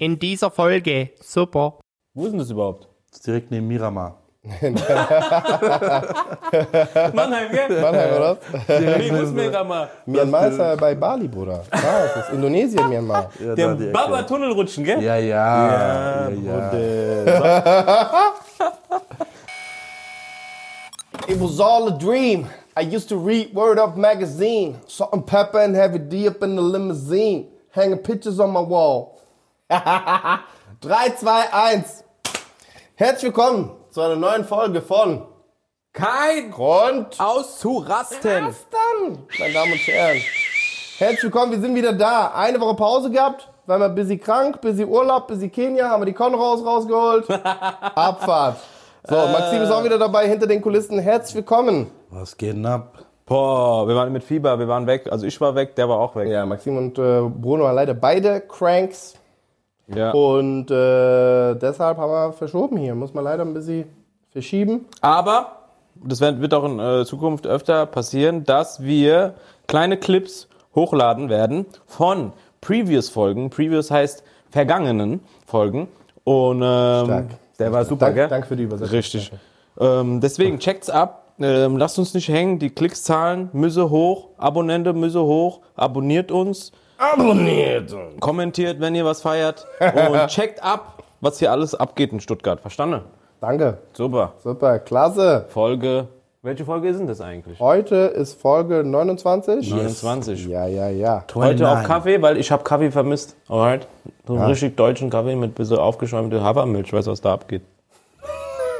In dieser Folge. Super. Wo ist denn das überhaupt? Das ist direkt neben Miramar. Mannheim, gell? Mannheim, oder? Nee, muss mir da mal Myanmar ist ja bei Bali, Bruder. Ah, das ist Indonesien, Myanmar. Ja, da die den Ecke. Baba-Tunnel rutschen, gell? Ja, ja. ja, ja. It was all a dream. I used to read Word Up magazine. Salt and pepper and heavy D up in the limousine. Hanging pictures on my wall. 3, 2, 1. Herzlich willkommen zu einer neuen Folge von Kein Grund auszurasten. Dann, meine Damen und Herren. Herzlich willkommen, wir sind wieder da. Eine Woche Pause gehabt, waren wir busy krank, busy Urlaub, busy Kenia, haben wir die Konraus rausgeholt. Abfahrt. So, Maxim ist auch wieder dabei hinter den Kulissen. Herzlich willkommen. Was geht denn ab? Boah, wir waren mit Fieber, wir waren weg. Also ich war weg, der war auch weg. Ja, Maxim und äh, Bruno waren leider beide Cranks. Ja. Und äh, deshalb haben wir verschoben hier. Muss man leider ein bisschen verschieben. Aber das wird wird auch in äh, Zukunft öfter passieren, dass wir kleine Clips hochladen werden von Previous Folgen. Previous heißt vergangenen Folgen. Und ähm, der war super, Dank- gell? danke für die Übersetzung. Richtig. Ähm, deswegen checkt's ab. Ähm, lasst uns nicht hängen. Die Klickszahlen müsse hoch. Abonnente müsse hoch. Abonniert uns. Abonniert! Kommentiert, wenn ihr was feiert. Und checkt ab, was hier alles abgeht in Stuttgart. Verstanden? Danke. Super. Super, klasse. Folge. Welche Folge ist denn das eigentlich? Heute ist Folge 29. 29. Oh, Ja, ja, ja. Heute auch 29. Kaffee, weil ich habe Kaffee vermisst. Alright. So einen richtig deutschen Kaffee mit bisschen aufgeschäumte Hafermilch, weiß was da abgeht.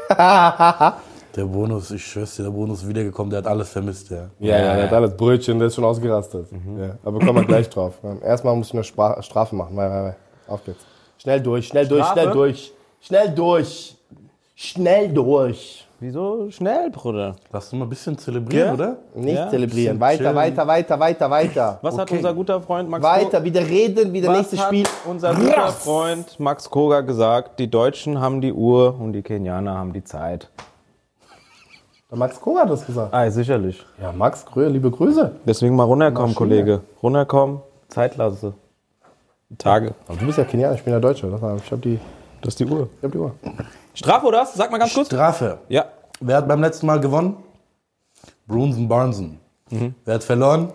Der Bonus, ich schwör's dir, der Bonus ist wiedergekommen, der hat alles vermisst, ja. Ja, Äh, ja, der hat alles Brötchen, der ist schon ausgerastet. Mhm. Ja, aber kommen wir gleich drauf. Erstmal muss ich eine Spra Strafe machen. Wei, wei, wei. Auf geht's. Schnell durch, schnell durch, Strafe? schnell durch. Schnell durch. Schnell durch. Wieso schnell, Bruder? Lass uns mal ein bisschen zelebrieren, Ja. oder? Nicht Ja, zelebrieren. bisschen Weiter, chillen. weiter, weiter, weiter, weiter. Was hat unser guter Freund Max Weiter, wieder reden, wieder Was nächstes hat Spiel. unser guter Rass! Freund Max Koga gesagt, die Deutschen haben die Uhr und die Kenianer haben die Zeit. Der Max Kohl hat das gesagt. Ah, sicherlich. Ja, Max, grü- liebe Grüße. Deswegen mal runterkommen, Maschine. Kollege. Runterkommen, Zeit lasse. Tage. Aber du bist ja Kenianer, ich bin ja Deutscher. Das war- Ich hab die, ich Das ist die Uhr. hab die Uhr. Strafe oder was? Sag mal ganz kurz. Strafe. Ja. Wer hat beim letzten Mal gewonnen? Brunson Barnson. Wer hat verloren?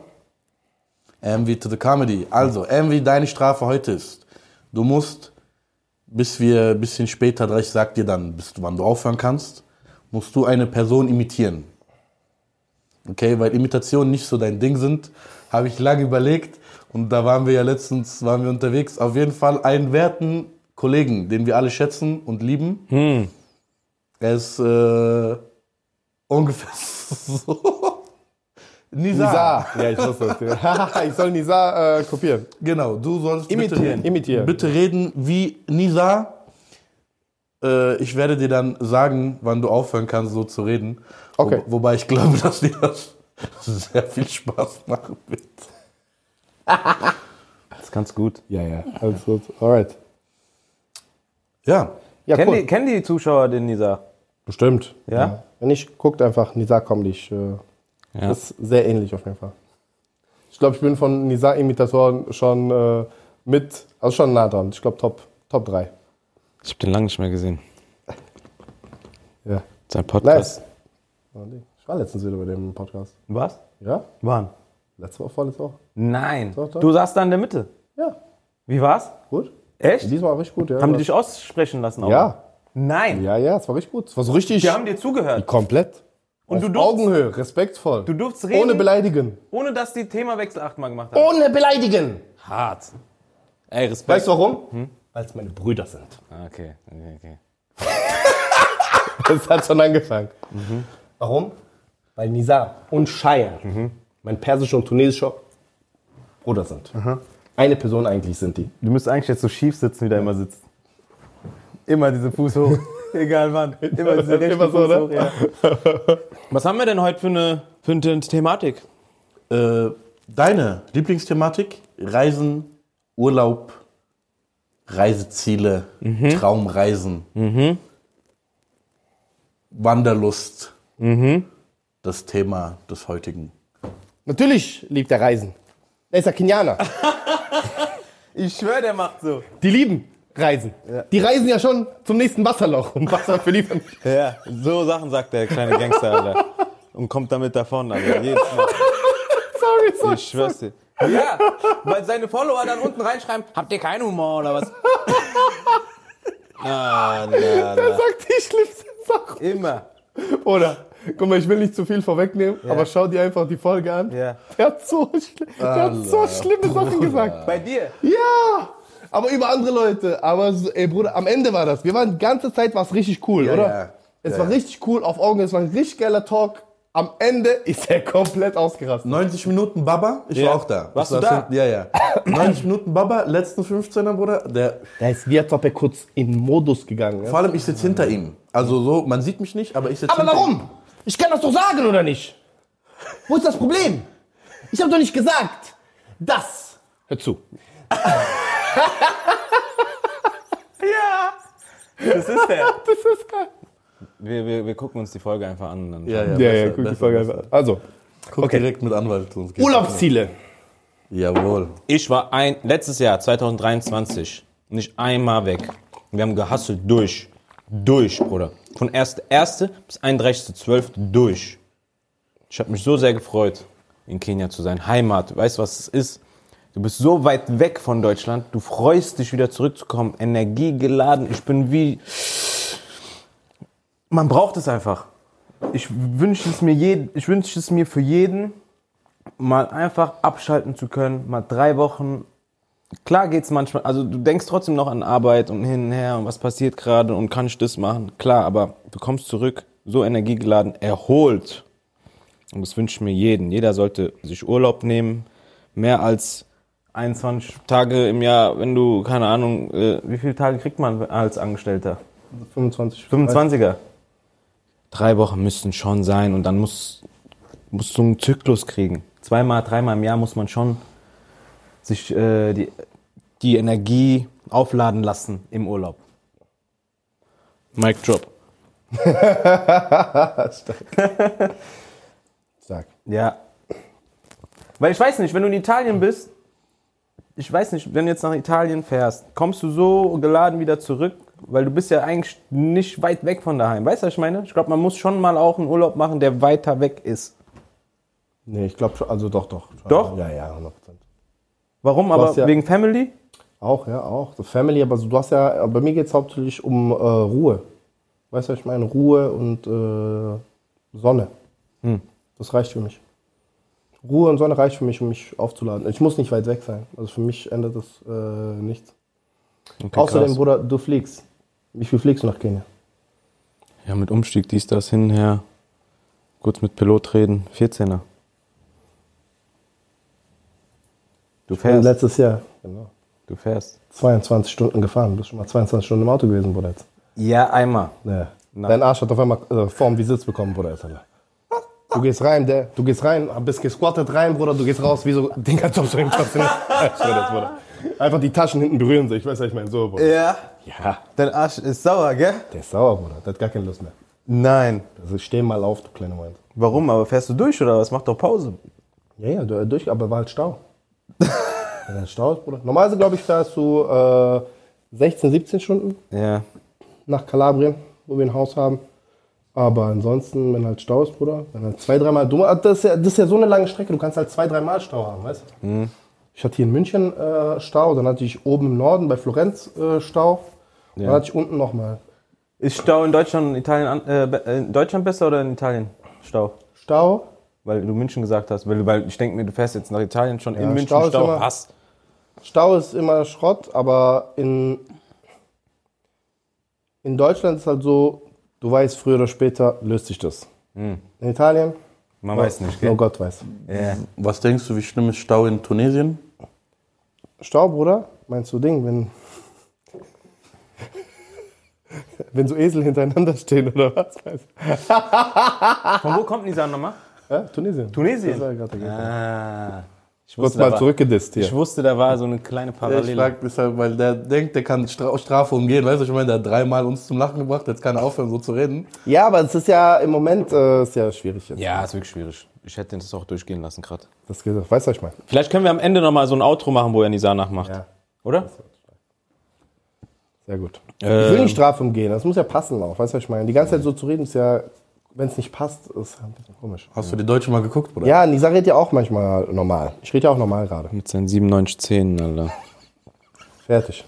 MV to the Comedy. Also, MV, deine Strafe heute ist, du musst, bis wir ein bisschen später, ich sag dir dann, bis wann du aufhören kannst, musst du eine Person imitieren. Okay, weil Imitationen nicht so dein Ding sind, habe ich lange überlegt. Und da waren wir ja letztens, waren wir unterwegs. Auf jeden Fall einen werten Kollegen, den wir alle schätzen und lieben. Er ist äh, ungefähr so. Nisa. Nizar. Ja, ich wusste das. ja. ich soll Nizar äh, kopieren. Genau, du sollst Imitieren, bitte, imitieren. bitte reden wie Nisa. Äh, ich werde dir dann sagen, wann du aufhören kannst, so zu reden. Okay. Wo, wobei ich glaube, dass dir das sehr viel Spaß machen wird. Das ist ganz gut. Ja, ja. Alles gut. Alright. Ja, Ja, Kennen, cool. die, kennen die Zuschauer den Nisa? Bestimmt. Ja? Wenn nicht, guckt einfach Nisa Comedy. Ich, äh, Das ist sehr ähnlich auf jeden Fall. Ich glaube, ich bin von Nisa-Imitatoren schon äh, mit, also schon nah dran. Ich glaube, Top, Top 3. Ich habe den lange nicht mehr gesehen. Ja. Sein Nice. Ich war letztens wieder bei dem Podcast. Was? Ja? Wann? Letzte Woche, vorletzte Woche. Nein. Doch, doch. Du saßt da in der Mitte. Ja, Wie war's? gut. Echt? Diesmal war richtig gut, ja. haben die dich aussprechen lassen? auch? ja, Nein. ja, ja, es war richtig gut. Es war so richtig Die haben dir zugehört. komplett. Und du auf durfst- Augenhöhe, respektvoll. Du durfst reden, Ohne beleidigen. ohne dass die Themawechsel achtmal gemacht haben. Ohne beleidigen! Hart. Ey, Respekt. Weißt du warum? Hm? Weil es meine Brüder sind. Okay, okay, okay. Das hat schon angefangen. Warum? Weil Nizar und Shire mein persischer und tunesischer Bruder sind. Eine Person eigentlich sind die. Du müsstest eigentlich jetzt so schief sitzen, wie der immer sitzt. Immer diese Fuß hoch. Egal wann. Immer diese rechte Immer so, Fuß ne? hoch, ja. Was haben wir denn heute für eine, für eine Thematik? Äh, deine Lieblingsthematik? Reisen, Urlaub, Reiseziele, Mhm. Traumreisen, Wanderlust. Mhm. Das Thema des heutigen. Natürlich liebt er Reisen. Er ist ja Kenianer. Ich schwöre, der macht so. Die lieben Reisen. Die reisen ja schon zum nächsten Wasserloch, um Wasser für die Ja, so Sachen sagt der kleine Gangster, Alter. Und kommt damit davon, Alter. Jedes Mal. Sorry, sorry. Ich schwör's dir. Ja, weil seine Follower dann unten reinschreiben, habt ihr keinen Humor oder was? ah, na, Er na. sagt die schlimmsten Sachen. Immer. Oder? Guck mal, ich will nicht zu viel vorwegnehmen, aber schau dir einfach die Folge an. Ja. Der hat so, schl der hat so schlimme Sachen gesagt. Bei dir? Ja! Aber über andere Leute. Aber, so- ey, Bruder, am Ende war das. Wir waren die ganze Zeit, war es richtig cool, oder? ja. Es Ja, war ja. richtig cool, auf Augen, es war ein richtig geiler Talk. Am Ende ist er komplett ausgerastet. 90 Minuten Baba, ich Ja. war auch da. Warst Das du war da? so- Ja, ja. 90 Minuten Baba, letzten 15er, Bruder. Der, Da ist wie als ob er kurz in Modus gegangen ist. vor allem, ich sitze hinter ihm. Also so, man sieht mich nicht, aber ich sitze Aber hinter ihm. warum? Ich kann das doch sagen, oder nicht? Wo ist das Problem? Ich habe doch nicht gesagt, das. Hör zu. Das ist der. Das ist geil. Wir, wir, wir gucken uns die Folge einfach an. Dann Ja, ja, Ja, besser, ja, guck die besser, Folge besser. einfach. Also, Guck Okay. direkt mit Anwalt zu uns. Urlaubsziele. Jawohl. Ich war ein, letztes Jahr, 2023, nicht einmal weg. Wir haben gehasselt durch. Durch, Bruder. Von 1.1. bis 31.12. durch. Ich habe mich so sehr gefreut, in Kenia zu sein. Heimat, weißt du, was es ist? Du bist so weit weg von Deutschland, du freust dich wieder zurückzukommen, energiegeladen. Ich bin wie. Man braucht es einfach. Ich wünsche es mir, jed ich wünsche es mir für jeden, mal einfach abschalten zu können, mal drei Wochen. Klar geht's manchmal, also du denkst trotzdem noch an Arbeit und hin und her und was passiert gerade und kann ich das machen? Klar, aber du kommst zurück, so energiegeladen, erholt. Und das wünsche ich mir jeden. Jeder sollte sich Urlaub nehmen, mehr als 21 Tage im Jahr, wenn du, keine Ahnung, äh, wie viele Tage kriegt man als Angestellter? 25. 25er. Drei Wochen müssten schon sein und dann muss, musst du einen Zyklus kriegen. Zweimal, dreimal im Jahr muss man schon sich äh, die, die Energie aufladen lassen im Urlaub. Mic drop. Sag. Ja. Weil ich weiß nicht, wenn du in Italien bist, ich weiß nicht, wenn du jetzt nach Italien fährst, kommst du so geladen wieder zurück, weil du bist ja eigentlich nicht weit weg von daheim. Weißt du, was ich meine? Ich glaube, man muss schon mal auch einen Urlaub machen, der weiter weg ist. Nee, ich glaube schon, also doch, doch. Doch? Ja, ja, 100%. Warum? Aber hast ja- wegen Family? Auch, ja, auch. The Family, aber so, du hast ja, bei mir geht es hauptsächlich um äh, Ruhe. Weißt du, was ich meine? Ruhe und äh, Sonne. Hm. Das reicht für mich. Ruhe und Sonne reicht für mich, um mich aufzuladen. Ich muss nicht weit weg sein. Also für mich ändert das äh, nichts. Außerdem, krass. Bruder, du fliegst. Wie viel fliegst du nach Kenia? Ja, mit Umstieg, dies, das, hin, her. Kurz mit Pilot reden. 14er. Du fährst. Letztes Jahr. Genau. Du fährst. 22 Stunden gefahren. Du bist schon mal 22 Stunden im Auto gewesen, Bruder. Jetzt. Ja, einmal. Nee. Dein Arsch hat auf einmal äh, Form wie Sitz bekommen, Bruder. Alter. Du gehst rein, der, du gehst rein, bist gesquattet rein, Bruder, du gehst raus, wie so, den kannst du auf so einen Kopf nehmen. Ich schwör das, Bruder. Einfach die Taschen hinten berühren sich, ich weiß, was ich meine, so, Bruder. Ja. Ja, Dein Arsch ist sauer, gell? der ist sauer, Bruder, der hat gar keine Lust mehr. Nein. Also steh mal auf, du kleine Moment. Warum? Aber fährst du durch oder was? Mach doch Pause. Ja, ja, du- durch, aber war halt Stau. Wenn ein Stau ist, Bruder. Normalerweise, glaube ich, fährst du äh, 16, 17 Stunden Ja. nach Kalabrien, wo wir ein Haus haben. Aber ansonsten, wenn halt Stau ist, Bruder, wenn halt zwei, dreimal. Du, das, ist ja, das ist ja so eine lange Strecke, du kannst halt zwei, dreimal Stau haben, weißt du? Mhm. Ich hatte hier in München äh, Stau, dann hatte ich oben im Norden bei Florenz äh, Stau. Dann hatte ich unten nochmal Ist Stau in Deutschland und Italien an- äh, be- äh, in Deutschland besser oder in Italien? Stau. Stau. Weil du München gesagt hast. Weil, weil ich denke mir, du fährst jetzt nach Italien schon in München Stau Stau. ist immer- Hass. Stau ist immer Schrott, aber in, in Deutschland ist halt so, du weißt, früher oder später löst sich das. In Italien, Mhm. Man weiß nicht, nur gell? Gott weiß. Ja. Was denkst du, wie schlimm ist Stau in Tunesien? Staub, oder? Meinst du Ding, wenn. wenn so Esel hintereinander stehen, oder was? Von wo kommt Nisan nochmal? Ja, Tunesien. Tunesien. Das war gerade der Gegner. Ah, ich Kurz wusste, da mal war, zurückgedisst hier. ich wusste, da war so eine kleine Ich Parallele. frag deshalb, weil der denkt, der kann Stra Strafe umgehen. Weißt du, ich meine, der hat dreimal uns zum Lachen gebracht, jetzt kann er aufhören, so zu reden. Ja, aber es ist ja im Moment äh, ist ja schwierig jetzt. Ja, ist wirklich schwierig. Ich hätte das auch durchgehen lassen gerade. Das geht, weißt du, was ich meine? Vielleicht können wir am Ende nochmal so ein Outro machen, wo er Nisan nachmacht. Oder? Sehr gut. ich Ähm. will nicht Strafe umgehen, das muss ja passen auch, weißt du, was ich meine? Die ganze Zeit so zu reden ist ja, wenn es nicht passt, ist ein bisschen komisch. Hast du die Deutsche mal geguckt, Bruder? Ja, Nisa redet ja auch manchmal normal. Ich rede ja auch normal gerade. Mit seinen 97 Zähnen, Alter. Fertig.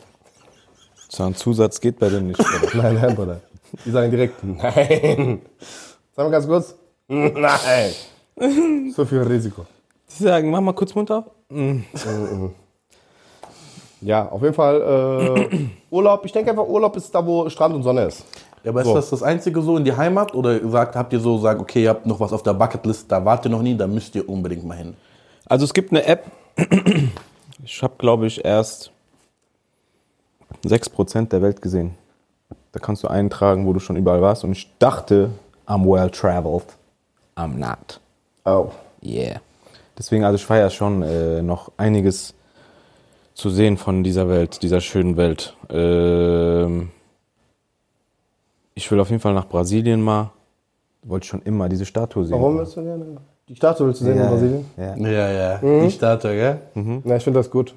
So ein Zusatz geht bei dem nicht. Bruder. Nein, nein, Bruder. Die sagen direkt, nein. Sagen wir ganz kurz, nein. So viel Risiko. Die sagen, mach mal kurz Mund auf. Ja, auf jeden Fall äh, Urlaub. Ich denke einfach, Urlaub ist da, wo Strand und Sonne ist. Ja, aber ist das das Einzige so in die Heimat? Oder sagt, habt ihr so, sagt, okay, ihr habt noch was auf der Bucketlist, da wart ihr noch nie, da müsst ihr unbedingt mal hin. Also es gibt eine App. Ich habe, glaube ich, erst 6% der Welt gesehen. Da kannst du eintragen, wo du schon überall warst. Und ich dachte, I'm well traveled. I'm not. Oh. Yeah. Deswegen, also ich war ja schon äh, noch einiges zu sehen von dieser Welt, dieser schönen Welt. Ähm, ich will auf jeden Fall nach Brasilien mal. Wollte ich schon immer diese Statue sehen. Warum willst du gerne? Die Statue willst du sehen ja, in Brasilien? Ja. Ja, ja, die Statue, gell? Na, ich finde das gut.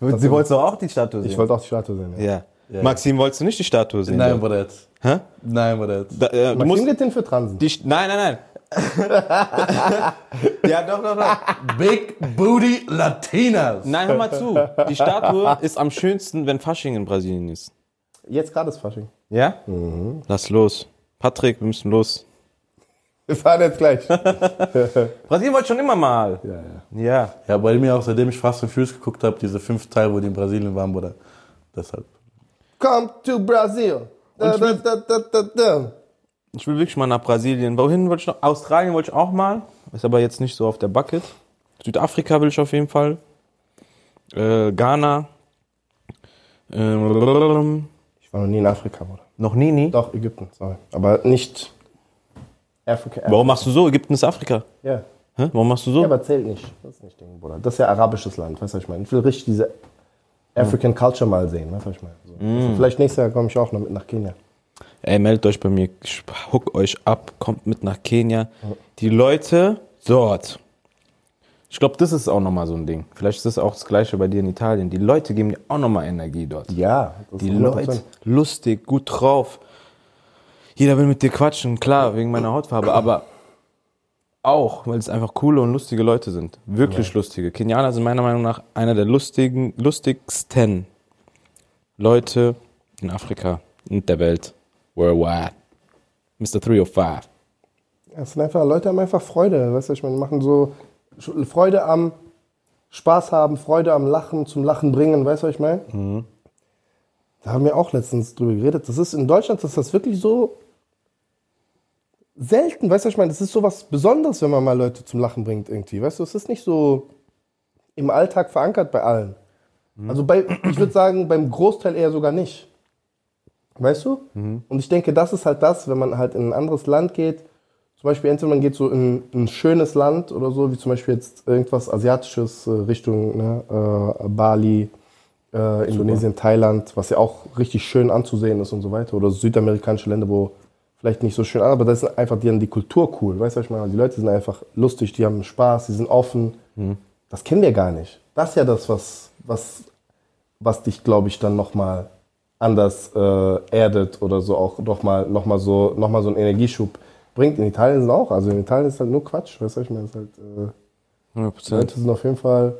Mhm. Sie wollten doch auch die Statue sehen. Ich wollte auch die Statue sehen. Ja. ja. Maxim, wolltest du nicht die Statue sehen? Nein, Bruder, jetzt. Hä? Nein, Bruder, jetzt. Da, äh, du Maxim musst geht hin für Transen. die, St- nein, nein, nein. ja, doch, doch, doch. Big Booty Latinas. Nein, hör mal zu. Die Statue ist am schönsten, wenn Fasching in Brasilien ist. Jetzt gerade ist Fasching. Ja? Lass los. Patrick, wir müssen los. Wir fahren jetzt gleich. Brasilien wollte ich schon immer mal. Ja, ja. Ja, bei mir auch, seitdem ich Fast and Furious geguckt habe, diese fünf Teile, wo die in Brasilien waren, Bruder. Deshalb. Come to Brazil. Da, da, da, da, da, da. Ich will wirklich mal nach Brasilien. Wohin wollte ich noch? Australien wollte ich auch mal. Ist aber jetzt nicht so auf der Bucket. Südafrika will ich auf jeden Fall. Äh, Ghana. Ähm, Ich war noch nie in Afrika, Bruder. noch nie, nie. Doch, Ägypten, sorry. Aber nicht Afrika. Afrika. Warum machst du so? Ägypten ist Afrika. Ja. Hä? Warum machst du so? ja, aber zählt nicht. Das ist nicht Ding, Bruder. Das ist ja arabisches Land, weißt du, was ich meine? Ich will richtig diese African Culture mal sehen, weißt du, was ich meine? So. Mm. Also vielleicht nächstes Jahr komme ich auch noch mit nach Kenia. Ey, meldet euch bei mir, ich hook euch ab, kommt mit nach Kenia. Die Leute dort. Ich glaube, das ist auch nochmal so ein Ding. Vielleicht ist das auch das Gleiche bei dir in Italien. Die Leute geben dir auch nochmal Energie dort. Ja, Die Leute, lustig, gut drauf. Jeder will mit dir quatschen, klar, wegen meiner Hautfarbe, aber auch, weil es einfach coole und lustige Leute sind. Wirklich lustige. Kenianer sind meiner Meinung nach einer der lustigen, lustigsten Leute in Afrika und der Welt. Worldwide. oh Mr. 305. Es sind einfach, Leute haben einfach Freude, weißt du, ich meine, machen so Sch- Freude am Spaß haben, Freude am Lachen, zum Lachen bringen, weißt du, was ich meine? Da haben wir auch letztens drüber geredet. Das ist in Deutschland, ist das wirklich so selten, weißt du, was ich meine, das ist so was Besonderes, wenn man mal Leute zum Lachen bringt irgendwie, weißt du, es ist nicht so im Alltag verankert bei allen. Also bei, ich würde sagen, beim Großteil eher sogar nicht. Weißt du? Und ich denke, das ist halt das, wenn man halt in ein anderes Land geht, zum Beispiel entweder man geht so in ein schönes Land oder so, wie zum Beispiel jetzt irgendwas Asiatisches äh, Richtung ne, äh, Bali, äh, Indonesien, Thailand, was ja auch richtig schön anzusehen ist und so weiter. Oder südamerikanische Länder, wo vielleicht nicht so schön an, aber da ist einfach die, die Kultur cool. Weißt du, was ich meine? Die Leute sind einfach lustig, die haben Spaß, die sind offen. Das kennen wir gar nicht. Das ist ja das, was, was, was dich, glaube ich, dann nochmal anders äh, erdet oder so auch nochmal noch mal so, noch mal so einen Energieschub bringt. In Italien sind auch, also in Italien ist halt nur Quatsch, weißt du, was ich meine, Es ist halt, äh, die 100%. Leute sind auf jeden Fall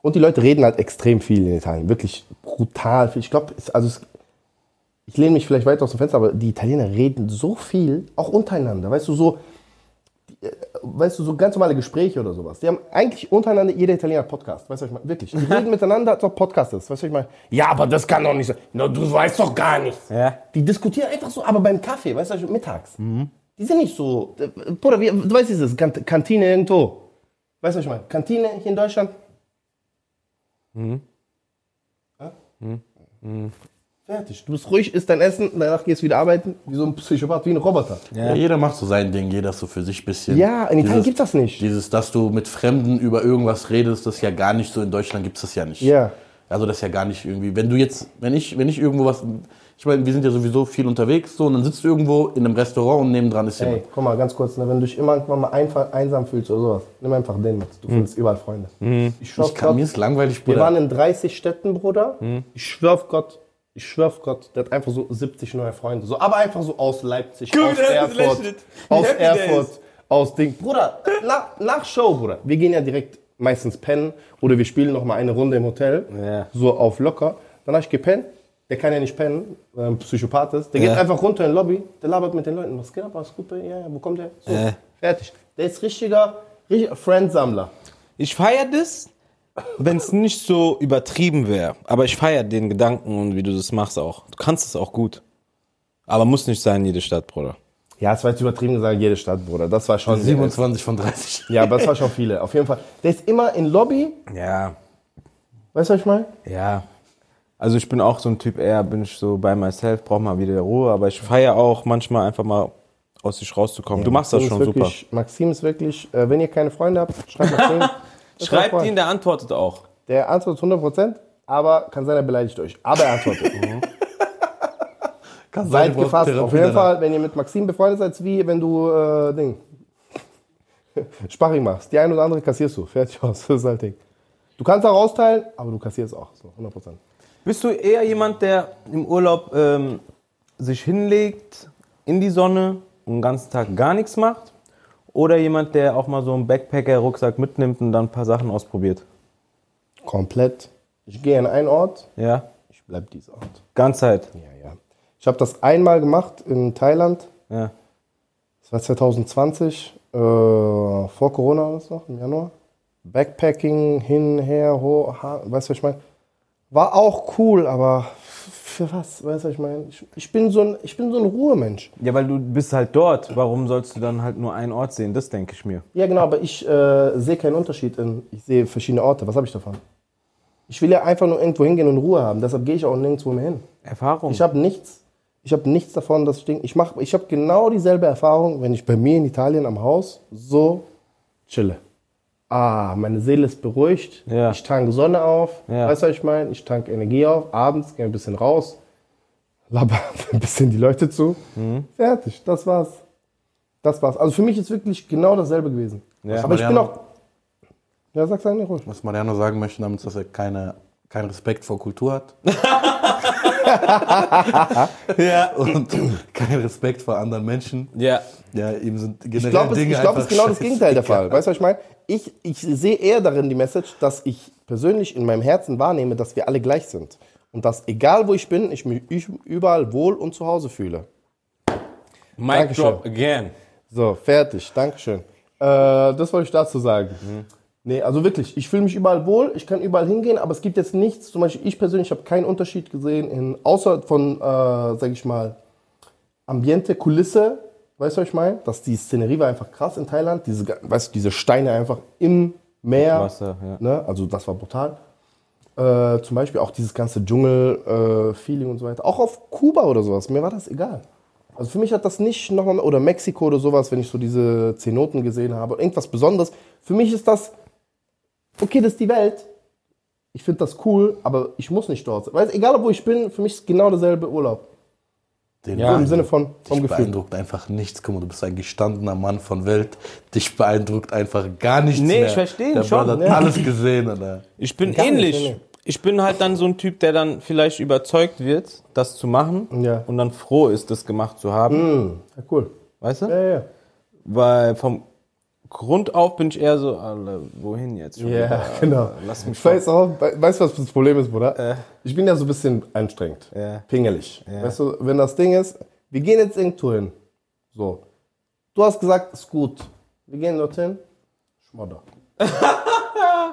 und die Leute reden halt extrem viel in Italien, wirklich brutal viel. Ich glaube, es- also es, ich lehne mich vielleicht weit aus dem Fenster, aber die Italiener reden so viel, auch untereinander, weißt du, so die, äh, weißt du, so ganz normale Gespräche oder sowas. Die haben eigentlich untereinander, jeder Italiener hat Podcast, weißt du, was ich meine? Wirklich. Die reden miteinander, als ob Podcast ist, weißt du, was ich meine? Ja, aber das kann doch nicht sein. Na, du weißt doch gar nichts. Ja. Die diskutieren einfach so, aber beim Kaffee, weißt du, was ich meine? mittags. Die sind nicht so, äh, Bruder, wie, du weißt, dieses Kant Kantine Hm. irgendwo. Weißt du, was ich meine? Kantine hier in Deutschland. Fertig. Du bist ruhig, isst dein Essen, danach gehst du wieder arbeiten, wie so ein Psychopath, wie ein Roboter. Ja, jeder macht so sein Ding, jeder ist so für sich ein bisschen. Ja, in Italien Dieses- gibt's das nicht. Dieses, dass du mit Fremden über irgendwas redest, das ist ja gar nicht so. In Deutschland gibt es das ja nicht. Ja. Also das ist ja gar nicht irgendwie. Wenn du jetzt, wenn ich, wenn ich irgendwo was. Ich meine, wir sind ja sowieso viel unterwegs so und dann sitzt du irgendwo in einem Restaurant und nebendran ist jemand. Ey, guck mal, ganz kurz, ne, wenn du dich immer irgendwann mal einfach, einsam fühlst oder sowas, nimm einfach den mit. Du findest überall Freunde. Ich schwör Hm. Ich auf kann, Gott, mir ist langweilig, wir waren Bruder. in 30 Städten, Bruder. Ich schwör auf Gott, ich schwör auf Gott, der hat einfach so 70 neue Freunde. So, aber einfach so aus Leipzig, Guck, aus der hat Erfurt, gelächelt. Wie aus happy der Erfurt, ist. aus Ding. Bruder, nach, nach Show, Bruder. Wir gehen ja direkt meistens pennen oder wir spielen noch mal eine Runde im Hotel, Ja. so auf locker. Dann hab ich gepennt. Der kann ja nicht pennen, weil er ein Psychopath ist. Der Ja. geht einfach runter in den Lobby, der labert mit den Leuten. Was geht ab, was gut, ja, ja, wo kommt der? So, Ja. fertig. Der ist richtiger, richtiger Friendsammler. Ich feiere das, wenn es nicht so übertrieben wäre. Aber ich feiere den Gedanken und wie du das machst auch. Du kannst es auch gut. Aber muss nicht sein, jede Stadt, Bruder. Ja, es war jetzt übertrieben gesagt, jede Stadt, Bruder. Das war schon. 27 von 30. Ja, aber das war schon viele. Auf jeden Fall. Der ist immer in Lobby. Ja, Weißt du, was ich meine? ja. Also ich bin auch so ein Typ, eher bin ich so by myself, brauche mal wieder Ruhe. Aber ich feiere auch manchmal einfach mal aus sich rauszukommen. du machst das Maxim schon ist super. wirklich, Maxim ist wirklich, äh, wenn ihr keine Freunde habt, schreibt Maxim. Das ist mein Schreibt Freund. ihn, der antwortet auch. Der antwortet 100%, aber kann sein, er beleidigt euch. Aber er antwortet. Mhm. Kann sein, Seid du brauchst gefasst. Therapie Auf jeden danach. Fall, wenn ihr mit Maxim befreundet seid, wie wenn du, äh, Ding, Sparring machst. Die eine oder andere kassierst du. Fertig aus. Das ist halt Ding. Du kannst auch austeilen, aber du kassierst auch. So, 100%. Bist du eher jemand, der im Urlaub ähm, sich hinlegt in die Sonne und den ganzen Tag gar nichts macht? Oder jemand, der auch mal so einen Backpacker-Rucksack mitnimmt und dann ein paar Sachen ausprobiert? Komplett. Ich gehe in einen Ort, Ja, ich bleib dieser Ort. ganze Zeit. Ja, ja. Ich habe das einmal gemacht in Thailand. Ja. Das war 2020, äh, vor Corona war das noch, im Januar. Backpacking, hin, her, ho, ha, weißt du, was ich meine? War auch cool, aber für was, weißt du, was ich meine? Ich, ich, bin so ein- ich bin so ein Ruhemensch. ja, weil du bist halt dort. Warum sollst du dann halt nur einen Ort sehen? Das denke ich mir. Ja, genau, aber ich äh, sehe keinen Unterschied. In, ich sehe verschiedene Orte. Was habe ich davon? Ich will ja einfach nur irgendwo hingehen und Ruhe haben. Deshalb gehe ich auch nirgendwo mehr hin. Erfahrung. Ich habe nichts. Ich habe nichts davon, dass ich denke, ich mache, ich habe genau dieselbe Erfahrung, wenn ich bei mir in Italien am Haus so chille. Ah, meine Seele ist beruhigt. Ja. Ich tanke Sonne auf. Ja. Weißt du, was ich meine? Ich tanke Energie auf. Abends gehe ein bisschen raus, laber ein bisschen die Leute zu. Mhm. Fertig, das war's. Das war's. Also für mich ist wirklich genau dasselbe gewesen. Aber ich bin Mariano- auch. Ja, sag's eigentlich ruhig. Was Mariano sagen möchte, damit ist, dass er keine, keinen Respekt vor Kultur hat. ja. Und keinen Respekt vor anderen Menschen. ja. Ja, ihm sind generell Ich glaube, es, Dinge ich glaub, es ist einfach genau das Gegenteil der Fall. scheißegal. Weißt du, was ich meine? Ich, ich sehe eher darin die Message, dass ich persönlich in meinem Herzen wahrnehme, dass wir alle gleich sind. Und dass, egal wo ich bin, ich mich ü- überall wohl und zu Hause fühle. Mic Dankeschön. drop again. So, fertig. Dankeschön. Äh, das wollte ich dazu sagen. Nee, also wirklich, ich fühle mich überall wohl, ich kann überall hingehen, aber es gibt jetzt nichts, zum Beispiel ich persönlich habe keinen Unterschied gesehen, in, außer von, äh, sag ich mal, Ambiente, Kulisse, weißt du, was ich meine? Dass die Szenerie war einfach krass in Thailand, diese, ga- weißt du, diese Steine einfach im Meer, Wasser, ja. ne? also das war brutal. Äh, zum Beispiel auch dieses ganze Dschungel-Feeling und so weiter. Auch auf Kuba oder sowas, mir war das egal. Also für mich hat das nicht nochmal, oder Mexiko oder sowas, wenn ich so diese Zenoten gesehen habe, irgendwas Besonderes. Für mich ist das, okay, das ist die Welt. Ich finde das cool, aber ich muss nicht dort sein. Weil egal, wo ich bin, für mich ist genau derselbe Urlaub. Den Im Sinne von vom Dich Gefühl. beeindruckt einfach nichts. Guck mal, du bist ein gestandener Mann von Welt. Dich beeindruckt einfach gar nichts Nee, mehr. ich versteh ihn Der schon, Brother hat ne? alles gesehen, Alter. Ich bin Gar nicht, ähnlich. nee, nee. Ich bin halt dann so ein Typ, der dann vielleicht überzeugt wird, das zu machen Ja. Mhm. und dann froh ist, das gemacht zu haben. Ja, cool. Weißt du? Ja, ja. Weil vom Grund auf bin ich eher so, Alter, wohin jetzt? Schon Ja, wieder? äh, genau. Lass mich Äh? ich weiß auch, we- weißt du, was das Problem ist, Bruder? Ich bin ja so ein bisschen anstrengend. Ja. Pingelig. Weißt du, wenn das Ding ist, wir gehen jetzt irgendwo hin. So. Du hast gesagt, ist gut. Wir gehen dorthin. Schmodder.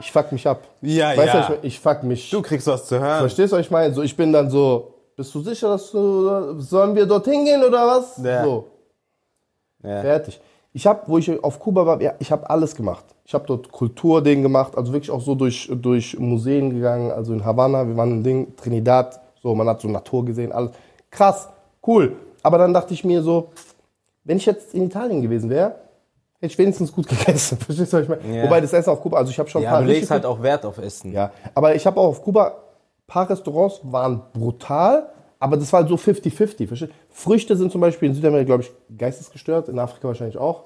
ich fuck mich ab. Ja, weißt du, ja. ich, ich fuck mich. Du kriegst was zu hören. Verstehst du, was ich meine? So, ich bin dann so, bist du sicher, dass du, sollen wir dorthin gehen oder was? Ja. So. Ja. Fertig. Ich habe, wo ich auf Kuba war, ja, ich habe alles gemacht. Ich habe dort Kulturding gemacht, also wirklich auch so durch, durch Museen gegangen, also in Havanna, wir waren in Ding, Trinidad, so, man hat so Natur gesehen, alles. Krass, cool. Aber dann dachte ich mir so, wenn ich jetzt in Italien gewesen wäre, hätte ich wenigstens gut gegessen. Verstehst du, was ich meine? Ja. Wobei das Essen auf Kuba, also ich habe schon ein Ja, paar du richtig legst halt auch Wert auf Essen. ja, aber ich habe auch auf Kuba, ein paar Restaurants waren brutal, aber das war halt so 50-50. verstehst du? Früchte sind zum Beispiel in Südamerika, glaube ich, geistesgestört, in Afrika wahrscheinlich auch.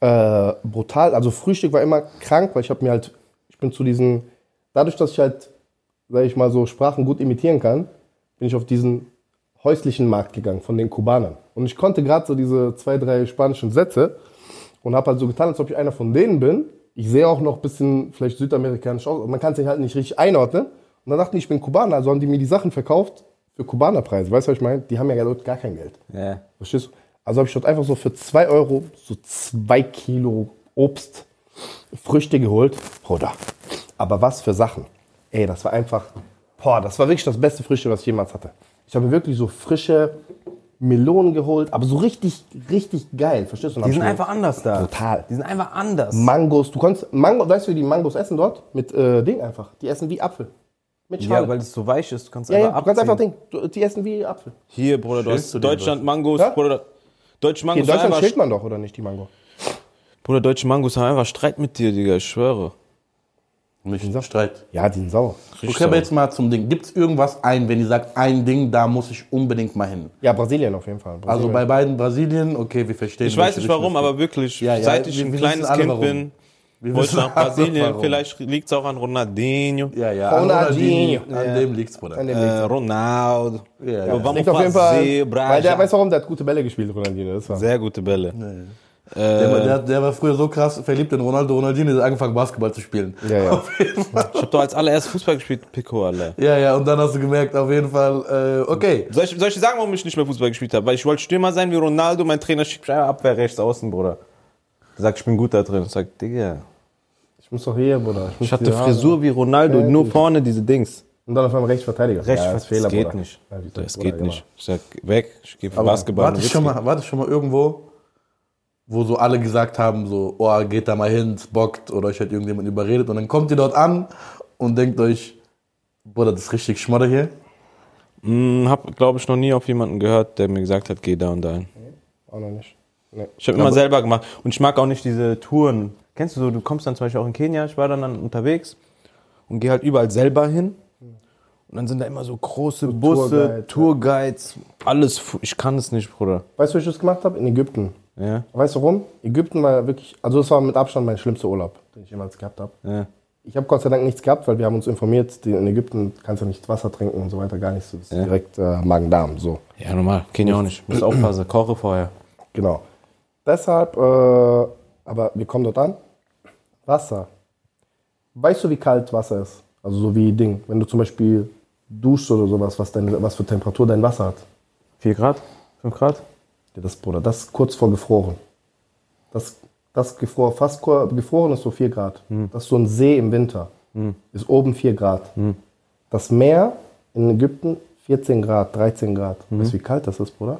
Äh, brutal, also Frühstück war immer krank, weil ich habe mir halt, ich bin zu diesen, dadurch, dass ich halt, sage ich mal so, Sprachen gut imitieren kann, bin ich auf diesen häuslichen Markt gegangen von den Kubanern. Und ich konnte gerade so diese zwei, drei spanischen Sätze und habe halt so getan, als ob ich einer von denen bin. Ich sehe auch noch ein bisschen vielleicht südamerikanisch aus, aber man kann es halt nicht richtig einordnen. Und dann dachten die, ich bin Kubaner, also haben die mir die Sachen verkauft für Kubanerpreise. Weißt du, was ich meine? Die haben ja dort gar kein Geld. Ja. Verstehst du? Also habe ich dort einfach so für 2 Euro so 2 Kilo Obst, Früchte geholt. Bruder, aber was für Sachen. Ey, das war einfach, boah, das war wirklich das beste Frühstück, was ich jemals hatte. Ich habe mir wirklich so frische Melonen geholt, aber so richtig, richtig geil, verstehst du? Und hab Die sind ich mir- einfach anders da. Total. Die sind einfach anders. Mangos, du kannst, Mango, weißt du, wie die Mangos essen dort? Mit äh, Ding einfach. Die essen wie Apfel. Mit Schale. Ja, weil es so weich ist. Du kannst ja, ja, einfach du kannst einfach abziehen. Ding. Du- Die essen wie Apfel. Hier, Bruder, du Schälst hast du den Deutschland Mangos. Ja? Bruder, deutsche Hier Mangos in Deutschland haben schält einfach, man doch, oder nicht, die Mango? Bruder, deutsche Mangos haben einfach Streit mit dir, Digga. Ich schwöre. Nicht Streit. Ja, die sind sauer. Okay, aber jetzt mal zum Ding. Gibt es irgendwas ein, wenn ihr sagt, ein Ding, da muss ich unbedingt mal hin? Ja, Brasilien auf jeden Fall. Also Brasilien. bei beiden Brasilien, okay, wir verstehen. Ich weiß welche nicht warum, Richtung aber wirklich, Ja, ja, seit ich wir- ein wir kleines wissen alle, Kind warum. bin, wir wollte ich wissen nach alle, Brasilien. warum. Vielleicht liegt es auch an Ronaldinho. Ja, ja. an Ronaldinho. An dem liegt's, Bruder. An dem Äh, Ronaldo. Ja, Aber ja. Vamos Liegt auf jeden Fall. fazer, Braja. Weil der weiß warum, der hat gute Bälle gespielt, Ronaldinho. Das war. Sehr gute Bälle. Der, Äh. war- der, der war früher so krass verliebt in Ronaldo. Ronaldinho der hat angefangen, Basketball zu spielen. Ja, ja. Auf jeden Fall. Ich hab doch als allererst Fußball gespielt, Pico, Alter. ja, ja. Und dann hast du gemerkt, auf jeden Fall, äh, okay. Soll ich, soll ich dir sagen, warum ich nicht mehr Fußball gespielt habe? Weil ich wollte Stürmer sein wie Ronaldo, mein Trainer schickt mich einfach Abwehr rechts außen, Bruder. Er sagt, ich bin gut da drin. Ich sag, Digga. Ich muss doch hier, Bruder. muss Ich hatte hier Frisur wie Ronaldo, Ja, nur gut. vorne diese Dings. haben. Und dann auf einmal Rechtsverteidiger. Rechts, ja, das ist Fehler, geht Bruder. nicht. Ja, wie ist Das Bruder geht gemacht? nicht. Ich sag, weg, ich gehe für Basketball. Warte ich schon mal, warte schon mal irgendwo, wo so alle gesagt haben, so, oh, geht da mal hin, es bockt oder euch hat irgendjemand überredet und dann kommt ihr dort an und denkt euch, Bruder, das ist richtig Schmodder hier. Ich Hm, hab, glaube ich, noch nie auf jemanden gehört, der mir gesagt hat, geh da und da hin. Auch noch nicht. Nee. Ich habe immer selber gemacht. Und ich mag auch nicht diese Touren. Kennst du so, du kommst dann zum Beispiel auch in Kenia, ich war dann, dann unterwegs und gehe halt überall selber hin. Und dann sind da immer so große Busse, Tourguides, Tourguides, alles. fu- Ich kann es nicht, Bruder. Weißt du, wie ich das gemacht habe? In Ägypten. Ja, Weißt du warum? Ägypten war wirklich, also das war mit Abstand mein schlimmster Urlaub, den ich jemals gehabt habe. ja. Ich habe Gott sei Dank nichts gehabt, weil wir haben uns informiert, die- in Ägypten kannst du nicht Wasser trinken und so weiter, gar nichts. Das ist direkt äh, Magen-Darm, so. ja normal. Kenia auch nicht. Muss aufpassen, koche vorher. Genau. Deshalb, äh, aber wir kommen dort an. Wasser. Weißt du, wie kalt Wasser ist? Also so wie Ding. Wenn du zum Beispiel duschst oder sowas, was, deine, was für Temperatur dein Wasser hat. 4 Grad? 5 Grad? Ja, Das, Bruder, das ist kurz vor gefroren. Das, das gefror, fast kur- gefroren ist so 4 Grad. Das ist so ein See im Winter. Ist oben 4 Grad. Das Meer in Ägypten 14 Grad, 13 Grad. Weißt du, wie kalt das ist, Bruder?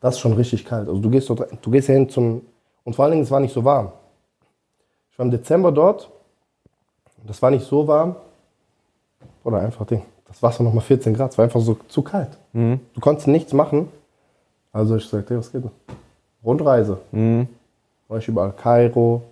Das ist schon richtig kalt. Also du gehst dort, rein- du gehst ja hin zum. Und vor allen Dingen, es war nicht so warm. Ich war im Dezember dort. Und das war nicht so warm. Oder einfach Ding. Das Wasser nochmal 14 Grad. Es war einfach so zu kalt. Mhm. Du konntest nichts machen. Also ich sagte, was geht denn? Rundreise. Mhm. War ich überall Kairo,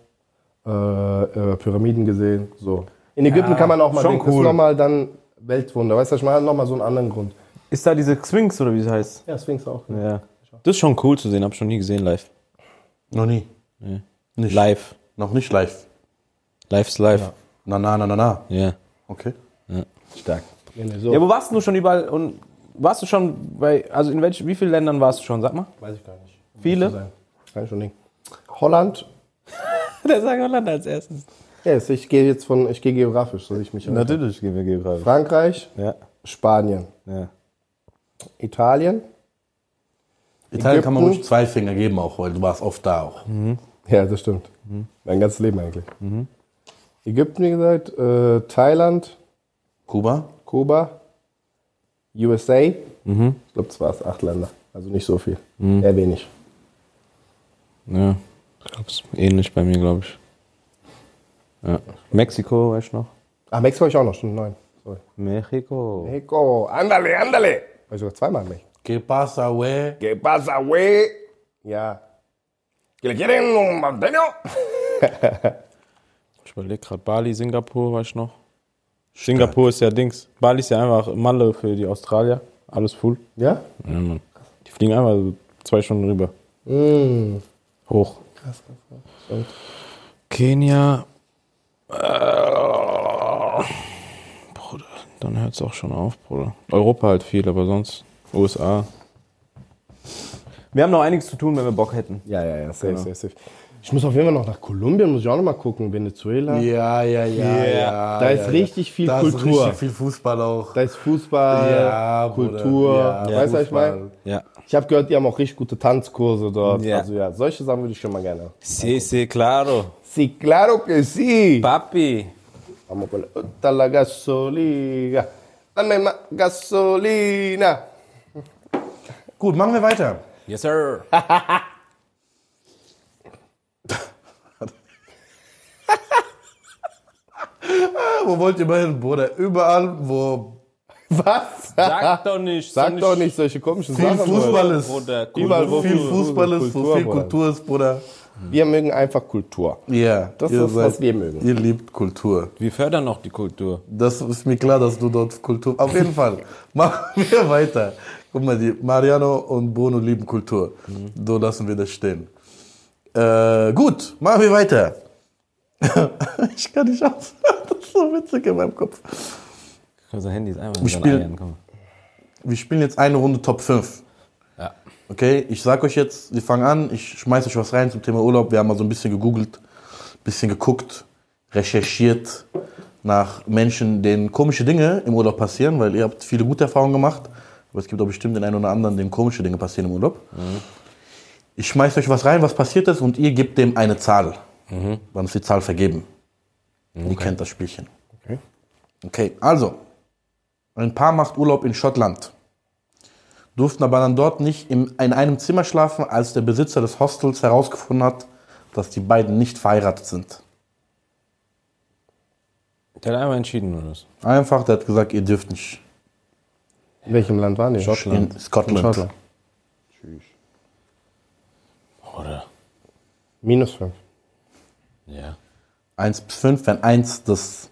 äh, äh, Pyramiden gesehen, so. In Ägypten kann man auch mal schon denken, das cool. ist nochmal dann Weltwunder. Weißt du, ich meine, nochmal so einen anderen Grund. Ist da diese Sphinx oder wie sie heißt? Ja, Sphinx auch. Ja. Das ist schon cool zu sehen, habe ich schon nie gesehen live. Noch nie. Nicht. Live. Noch nicht live. Life's live. Na, na, na, na, na. Ja. Okay. Stark. Nee, nee, so. Ja, wo warst du schon überall und warst du schon bei, also in welch, wie vielen Ländern warst du schon, sag mal? Weiß ich gar nicht. Viele? Kann ich schon nicht. Holland. Der sagt Holland als erstes. Yes, ich gehe jetzt von, ich gehe geografisch, dass ich mich erinnere. Natürlich gehen wir geografisch. Frankreich, Ja, Spanien, ja. Italien. Italien kann man Ägypten. ruhig zwei Finger geben auch, weil du warst oft da auch. Ja, das stimmt. Mein ganzes Leben eigentlich. Ägypten, wie gesagt, äh, Thailand, Kuba? Kuba, USA. Ich glaube, das war es, acht Länder. Also nicht so viel. Eher wenig. Ja, ich glaub's. Ähnlich bei mir, glaube ich. Ja. Mexiko, weißt du noch? Ach, Ah, Mexiko ich auch noch, stimmt, neun. Sorry. Mexiko. Mexiko, ándale, ándale. War ich sogar zweimal in Mexiko. ¿Qué pasa, güey? ¿Qué pasa, güey? Ja. ¿Que le quieren un mantenio? Ich überlege gerade Bali, Singapur, weißt du noch? Singapur ist ja Dings. Bali ist ja einfach Malle für die Australier. Alles full. Ja? Ja, Mann. Die fliegen einmal so zwei Stunden rüber. Hoch. Mm. Krass, krass. Kenia. Äh, Bruder, dann hört es auch schon auf, Bruder. Europa halt viel, aber sonst USA. Wir haben noch einiges zu tun, wenn wir Bock hätten. Ja, ja, ja, safe, safe, safe. Ich muss auf jeden Fall noch nach Kolumbien, muss ich auch noch mal gucken, Venezuela. Ja, ja, ja, ja. Da ist richtig viel da Kultur. Ist richtig viel Fußball auch. Da ist Fußball, Ja, Kultur, Bruder, ja, weißt du, was ich Fußball. meine? Ja. Ich habe gehört, die haben auch richtig gute Tanzkurse dort. Ja. Also ja, solche Sachen würde ich schon mal gerne. Sí, sí, claro. Sí, claro que sí. Papi. Vamos con la, Ota la gasolina. Dame más gasolina. Gut, machen wir weiter. Yes, sir. Wo wollt ihr mal hin, Bruder? Überall, wo Was? Sag doch nicht. Sag doch nicht solche komischen viel Sachen. Bruder. Fußball ist. Bruder, Überall, Wo wo viel Fußball ist, wo viel Bruder. Kultur ist, Bruder. Wir mögen einfach Kultur. Ja, Das ihr ist, was wir mögen. Ihr liebt Kultur. Wir fördern noch die Kultur. Das ist mir klar, dass du dort Kultur. Auf jeden Fall, machen wir weiter. Guck mal, die Mariano und Bruno lieben Kultur. So lassen wir das stehen. Äh, gut, machen wir weiter. ich kann nicht auf. Das ist so witzig in meinem Kopf. Unser Handy ist einmal Wir spielen- Wir spielen jetzt eine Runde Top 5. Ja. Okay, ich sag euch jetzt, wir fangen an, ich schmeiß euch was rein zum Thema Urlaub. Wir haben mal so ein bisschen gegoogelt, bisschen geguckt, recherchiert nach Menschen, denen komische Dinge im Urlaub passieren, weil ihr habt viele gute Erfahrungen gemacht, aber es gibt auch bestimmt den einen oder anderen, dem komische Dinge passieren im Urlaub. Ich schmeiß euch was rein, was passiert ist, und ihr gebt dem eine Zahl. Wann ist die Zahl vergeben? Ihr kennt das Spielchen. Okay. Okay, also, ein Paar macht Urlaub in Schottland durften aber dann dort nicht im, in einem Zimmer schlafen, als der Besitzer des Hostels herausgefunden hat, dass die beiden nicht verheiratet sind. Der hat einmal entschieden, oder was? Einfach, der hat gesagt, ihr dürft nicht. In welchem Land waren die? In Scotland. In Schottland. Oder? Minus 5. Ja. 1 bis 5, wenn 1 das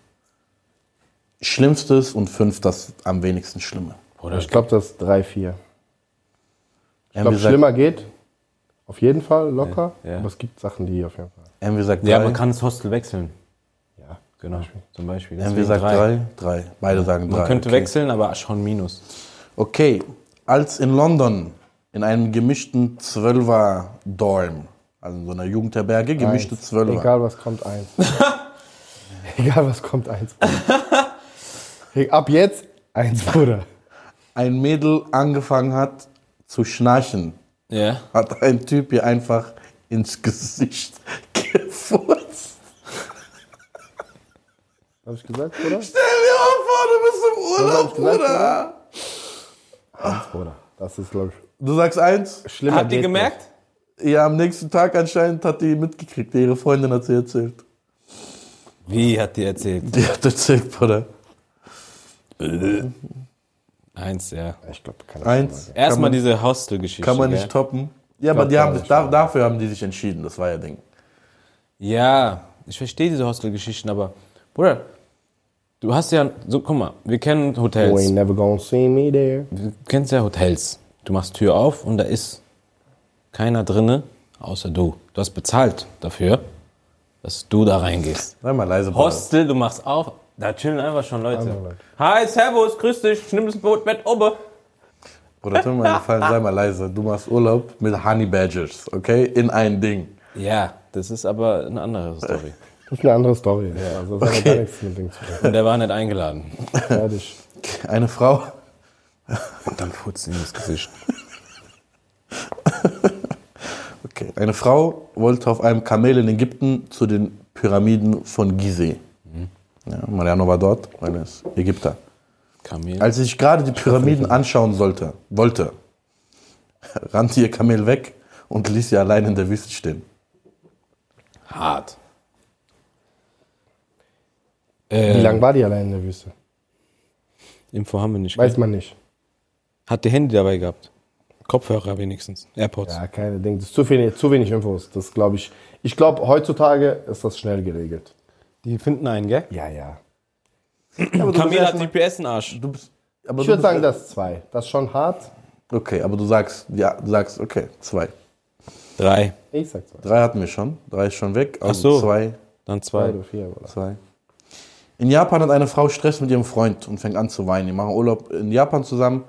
Schlimmste ist und 5 das am wenigsten Schlimme. Oder Ich glaube, das ist 3, 4. Ich Ich glaube, schlimmer geht. Auf jeden Fall, locker. Ja, ja. Aber es gibt Sachen, die auf jeden Fall. Haben wir gesagt 3? Ja, man kann das Hostel wechseln. Ja. Genau. Zum Beispiel. haben wir gesagt 3? 3. Beide sagen 3. Man könnte okay. wechseln, aber schon minus. Okay, als in London in einem gemischten Zwölfer-Dorm, also in so einer Jugendherberge, gemischte Eins. Zwölfer. Egal was kommt, eins. Egal was kommt, eins. Bruder. Ab jetzt, eins, Bruder. ein Mädel angefangen hat zu schnarchen, Ja. hat ein Typ ihr einfach ins Gesicht gefurzt. Hab ich gesagt, Bruder? Stell dir mal vor, du bist im Urlaub, Was hab ich gesagt, Bruder. Bruder. Das ist, glaube ich, Du sagst eins. schlimmer. Habt ihr geht gemerkt? Ja, am nächsten Tag anscheinend hat die mitgekriegt. Ihre Freundin hat sie erzählt. Wie hat die erzählt? Die hat erzählt, Bruder. Eins, ja. nicht. Ich glaube, keine Ahnung. Eins. kann Erstmal man, diese Hostel-Geschichte. kann man nicht gell? toppen. Ja, aber Glaub, die kann haben, man sich- nicht da, dafür haben die sich entschieden. Das war ihr Ding. Ja, ich verstehe diese Hostel-Geschichten, aber Bruder, du hast ja. So, guck mal, wir kennen Hotels. You ain't never gonna see me there. Du kennst ja Hotels. Du machst Tür auf und da ist keiner drinne, außer du. Du hast bezahlt dafür, dass du da reingehst. Sei mal leise, Bruder. Hostel, du machst auf. Da chillen einfach schon Leute. Hi, servus, grüß dich, nimm das Boot mit oben. Bruder, tu mir mal einen Gefallen, sei mal leise. Du machst Urlaub mit Honey Badgers, okay? In ein Ding. Ja, das ist aber eine andere Story. Das ist eine andere Story. Also, das hat gar nichts mit dem zu tun. Und der war nicht eingeladen. Fertig. Eine Frau Und dann putzt ihm das Gesicht. Okay. Eine Frau wollte auf einem Kamel in Ägypten zu den Pyramiden von Gizeh. Ja, Mariano war dort, weil er ist Ägypter. Kamel. Als ich gerade die Pyramiden anschauen sollte, wollte, rannte ihr Kamel weg und ließ sie allein in der Wüste stehen. Hart. Wie lange war die allein in der Wüste? Info haben wir nicht. Weiß man nicht. Hat der Handy dabei gehabt? Kopfhörer wenigstens. AirPods. Ja, keine Ding. Das ist zu wenig, zu wenig Infos. Das glaube ich. Ich glaube, heutzutage ist das schnell geregelt. Die finden einen, gell? Ja, ja. Kamil hat GPS in Arsch. Du bist, aber Ich du würde bist- sagen, das ist zwei. Das ist schon hart. Okay, aber du sagst, ja, du sagst, okay, zwei. Drei. Ich sag zwei. Drei hatten wir schon. Drei ist schon weg. Also so. zwei. Dann Drei zwei. oder vier. Oder? Zwei. In Japan hat eine Frau Stress mit ihrem Freund und fängt an zu weinen. Die machen Urlaub in Japan zusammen.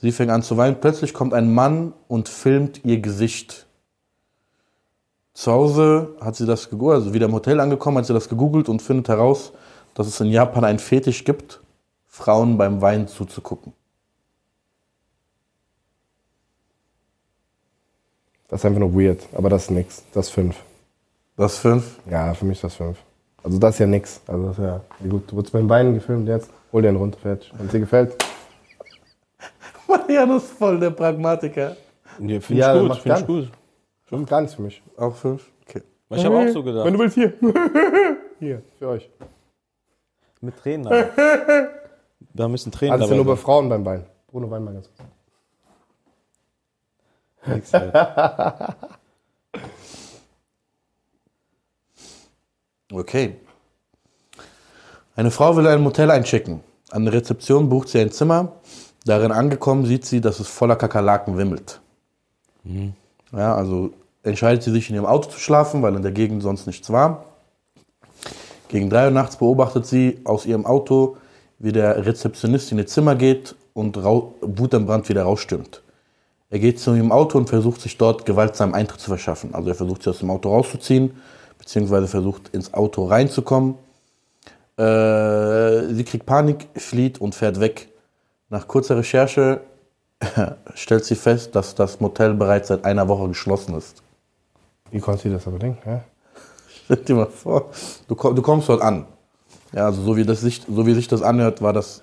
Sie fängt an zu weinen. Plötzlich kommt ein Mann und filmt ihr Gesicht. Zu Hause hat sie das gegoogelt, also wieder im Hotel angekommen, hat sie das gegoogelt und findet heraus, dass es in Japan einen Fetisch gibt, Frauen beim Weinen zuzugucken. Das ist einfach nur weird. Aber das ist nix. Das ist fünf. Das ist fünf. Ja, für mich ist das fünf. Also das ist ja nix. Also das ist ja. ja gut, du wurdest beim Beinen gefilmt jetzt. Hol den runter, fertig. Wenn es dir gefällt. Mariano ist voll der Pragmatiker. Ja, finde Ja, ich gut. macht Find ich dann. gut. Fünf gar nichts für mich. Auch fünf? Okay. Ich habe auch so gedacht. du willst hier. hier, für euch. Mit Tränen. aber. da müssen Tränen Also ist ja dabei nur bei Frauen beim Bein. Bruno Wein mal ganz kurz. sein. Nix halt. Okay. Eine Frau will ein Motel einchecken. An der Rezeption bucht sie ein Zimmer. Darin angekommen sieht sie, dass es voller Kakerlaken wimmelt. Ja, also entscheidet sie sich, in ihrem Auto zu schlafen, weil in der Gegend sonst nichts war. Gegen drei Uhr nachts beobachtet sie aus ihrem Auto, wie der Rezeptionist in ihr Zimmer geht und rau- Wut am Brand wieder rausstürmt. Er geht zu ihrem Auto und versucht sich dort gewaltsam Eintritt zu verschaffen. Also er versucht sie aus dem Auto rauszuziehen, beziehungsweise versucht ins Auto reinzukommen. Äh, sie kriegt Panik, flieht und fährt weg. Nach kurzer Recherche stellt sie fest, dass das Motel bereits seit einer Woche geschlossen ist. Wie konntest du das aber denken? Ja? Stell dir mal vor, du, komm- du kommst dort an. Ja, also so wie, das sich, so wie sich das anhört, war das,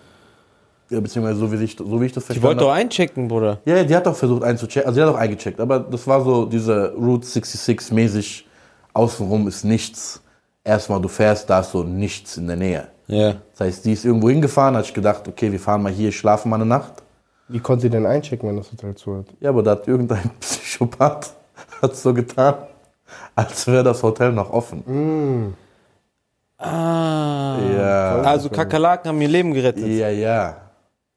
ja, beziehungsweise so wie, sich, so wie ich das Ich verstanden wollte doch einchecken, Bruder. Ja, ja, die hat doch versucht einzuchecken, also die hat auch eingecheckt, aber das war so diese Route 66 mäßig, außenrum ist nichts. Erstmal du fährst, da ist so nichts in der Nähe. Ja. Das heißt, die ist irgendwo hingefahren, hat sich gedacht, okay, wir fahren mal hier, schlafen mal eine Nacht. Wie konnte sie denn einchecken, wenn das Hotel zu hat? Ja, aber da hat irgendein Psychopath hat so getan, als wäre das Hotel noch offen. Mhm. Ah. Ja, Also Kakerlaken haben ihr Leben gerettet. ja, ja.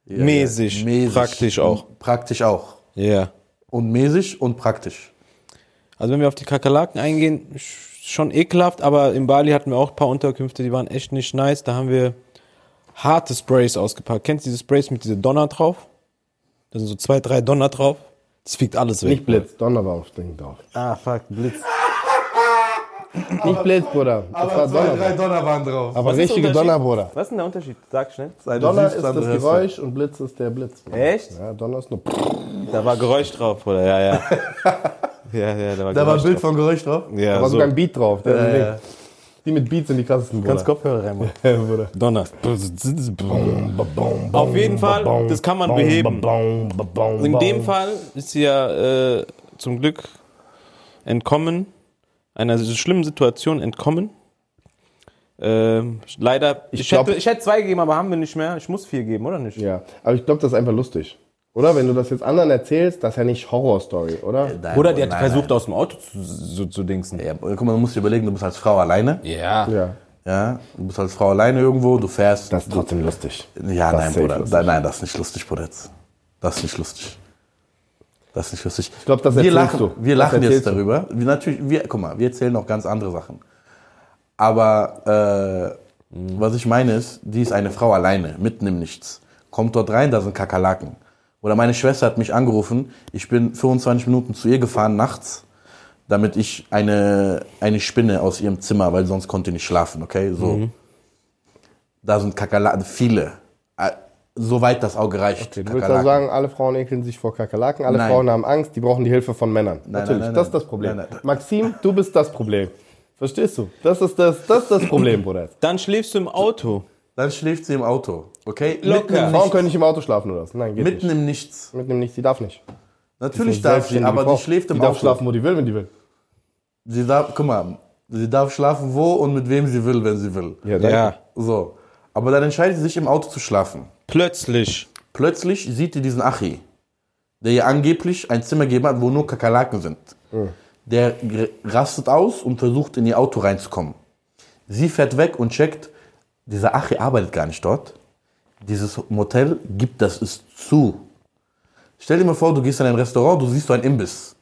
ja. Mäßig. Praktisch auch. Praktisch auch. Ja. Und mäßig und praktisch. Also wenn wir auf die Kakerlaken eingehen, sch- schon ekelhaft, aber in Bali hatten wir auch ein paar Unterkünfte, die waren echt nicht nice. Da haben wir harte Sprays ausgepackt. Kennst du diese Sprays mit dieser Donner drauf? Da sind so zwei, drei Donner drauf. Das fliegt alles weg. Nicht Blitz, Donner war auf Ding drauf. Ah, fuck, Blitz. Nicht Blitz, Bruder. Das war Donner. Donner waren drauf. Aber ist der richtige Unterschied? Donner, Bruder. Was ist denn der Unterschied? Sag schnell. Donner ist das Geräusch und Blitz ist der Blitz. Bruder. Echt? Ja, Donner ist nur. Da war Geräusch drauf, oder? Ja, ja. ja, ja, da war Da war ein Geräusch Bild drauf. von Geräusch drauf. Ja, Da war so. sogar ein Beat drauf. Der Ja, Ding. ja. Die mit Beats sind die krassesten, Bruder. Ganz Kopfhörer reinmachen. Ja, Bruder. Donner. Auf jeden Fall, das kann man beheben. In dem Fall ist sie ja äh, zum Glück entkommen, einer so schlimmen Situation entkommen. Ähm, leider, ich, glaub- hätte, ich hätte zwei gegeben, aber haben wir nicht mehr. Ich muss vier geben, oder nicht? Ja, aber ich glaube, das ist einfach lustig. Oder? Wenn du das jetzt anderen erzählst, das ist ja nicht Horrorstory, oder? Äh, Oder die hat Nein, versucht, aus dem Auto zu, so, zu dingsen. Ja, guck mal, du musst dir überlegen, du bist als Frau alleine. Ja. Ja. Ja, du bist als Frau alleine irgendwo, du fährst. Das ist trotzdem lustig. ja, das nein, ist safe Bruder. lustig. Nein, nein, das ist nicht lustig, Bruder. jetzt. Das ist nicht lustig. Das ist nicht lustig. Ich glaub, das wir erzählst lachen, du. Wir Das lachen jetzt erzählst du. darüber. Wir natürlich, wir, guck mal, wir erzählen noch ganz andere Sachen. Aber äh, was ich meine ist, die ist eine Frau alleine, mitten im Nichts. Kommt dort rein, da sind Kakerlaken. Oder meine Schwester hat mich angerufen. Ich bin 25 Minuten zu ihr gefahren nachts, damit ich eine, eine Spinne aus ihrem Zimmer, weil sonst konnte ich nicht schlafen, okay? So. Mhm. Da sind Kakerlaken, viele. Äh, Soweit das Auge reicht. Du willst also sagen, alle Frauen ekeln sich vor Kakerlaken, alle Nein. Frauen haben Angst, die brauchen die Hilfe von Männern. Natürlich, das nein, nein. ist das Problem. Nein, nein. Maxim, du bist das Problem. Verstehst du? Das ist das, das, ist das Problem, Bruder. Dann schläfst du im Auto. Dann schläft sie im Auto, okay? Locker. Mitten im Frauen Nichts. können nicht im Auto schlafen oder was? Nein, geht Mitten nicht. im Nichts. Mit dem Nichts, die darf nicht. Natürlich darf sie, aber die schläft im die darf Auto. schlafen, wo die will, wenn die will. Sie darf, guck mal, sie darf schlafen, wo und mit wem sie will, wenn sie will. Ja, danke. So. Aber dann entscheidet sie sich, im Auto zu schlafen. Plötzlich. Plötzlich sieht ihr diesen Achi, der ihr angeblich ein Zimmer gegeben hat, wo nur Kakerlaken sind. Der r- rastet aus und versucht, in ihr Auto reinzukommen. Sie fährt weg und checkt, dieser Achi arbeitet gar nicht dort. Dieses Motel gibt das es zu. Stell dir mal vor, du gehst in ein Restaurant, du siehst so einen Imbiss.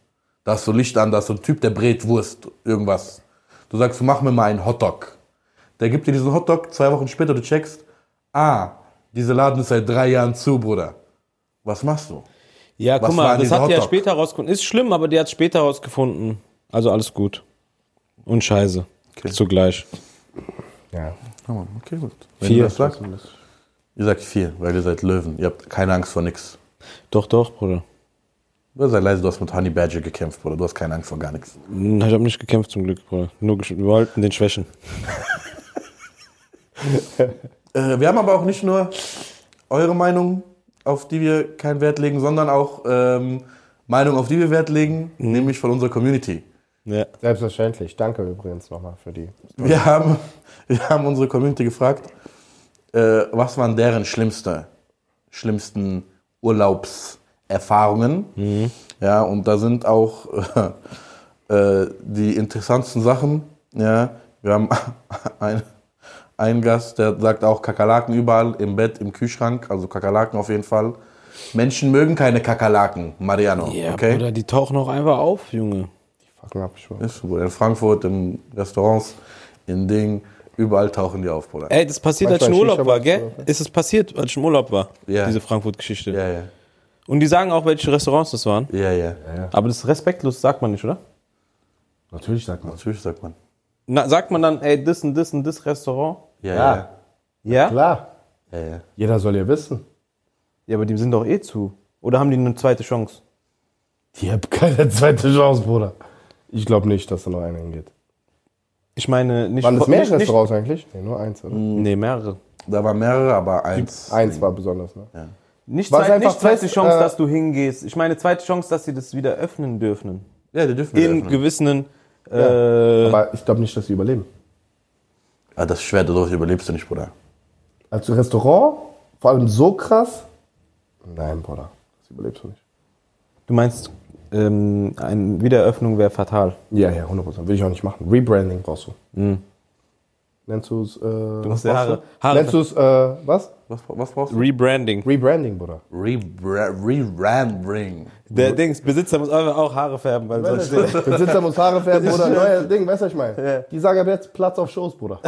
Da hast du Licht an, da ist so ein Typ, der brät Wurst, irgendwas. Du sagst, mach mir mal einen Hotdog. Der gibt dir diesen Hotdog, zwei Wochen später, du checkst, ah, dieser Laden ist seit drei Jahren zu, Bruder. Was machst du? Ja, Was war guck mal, an das diesem hat die ja Hotdog? später rausgefunden. Ist schlimm, aber die hat später rausgefunden. Also alles gut. Und scheiße. Zugleich. Okay, gut. Vier. Vier. Sagt, ihr sagt vier, weil ihr seid Löwen. Ihr habt keine Angst vor nix. Doch, doch, Bruder. Bruder, sei leise, du hast mit Honey Badger gekämpft, Bruder. Du hast keine Angst vor gar nichts. Hm, Ich habe nicht gekämpft zum Glück, Bruder. Nur gesch- wir wollten den Schwächen. Äh, wir haben aber auch nicht nur eure Meinung, auf die wir keinen Wert legen, sondern auch ähm, Meinung, auf die wir Wert legen, nämlich von unserer Community. Ja. Selbstverständlich. Danke übrigens nochmal für die. Wir haben, wir haben unsere Community gefragt, äh, was waren deren schlimmste, schlimmsten Urlaubserfahrungen. Mhm. Ja, und da sind auch äh, äh, die interessantesten Sachen. Ja, wir haben ein, einen Gast, der sagt auch Kakerlaken überall, im Bett, im Kühlschrank, also Kakerlaken auf jeden Fall. Menschen mögen keine Kakerlaken, Mariano. Ja, okay? Bruder, die tauchen auch einfach auf, Junge. Fucken hab ich schon. Ist so, Bruder. In Frankfurt, in Restaurants, in Dingen, überall tauchen die auf, Bruder. Ey, das passiert, als ich im Manchmal Urlaub Shisha war, macht gell? Ist es passiert, als ich im Urlaub war? Ja. Diese Frankfurt-Geschichte. Ja, ja, Und die sagen auch, welche Restaurants das waren. ja, ja. Aber das ist respektlos, sagt man nicht, oder? Natürlich sagt man. Natürlich sagt man. Na, sagt man dann, ey, das und das und das Restaurant? Ja, Ja. ja. Ja? Klar. ja, ja. Jeder soll ja wissen. Ja, aber die sind doch eh zu. Oder haben die eine zweite Chance? Ich hab keine zweite Chance, Bruder. Ich glaube nicht, dass da noch einer hingeht. Ich meine, nicht Waren es vor- mehr nicht- nicht- Restaurants eigentlich? Nee, nur eins, oder? Nee, mehrere. Da waren mehrere, aber eins. Eins war besonders, ne? Nicht, Was zweit, einfach nicht zweite fest, Chance, äh, dass du hingehst. Ich meine, zweite Chance, dass sie das wieder öffnen dürfen. Ja, die dürfen In nicht öffnen. gewissen. Äh, Aber ich glaube nicht, dass sie überleben. Ah, das ist schwer, dadurch überlebst du nicht, Bruder. Als Also Restaurant, vor allem so krass. Nein, Bruder. Das überlebst du nicht. du meinst, ähm, eine Wiedereröffnung wäre fatal. Ja, ja, 100%. Würde ich auch nicht machen. Rebranding brauchst du. Nennst du es, äh, du musst ja Haare- Haare- Nennst du es, äh, was? Was, was brauchst du? Rebranding. Rebranding, Bruder. Rebra- Re-Rambring. Der Dings, Besitzer muss einfach auch Haare färben, weil sonst. Dann sitzt er muss Haare färben, Bruder. Neues Ding, weißt du, was ich meine? Die sagen ab jetzt Platz auf Shows, Bruder.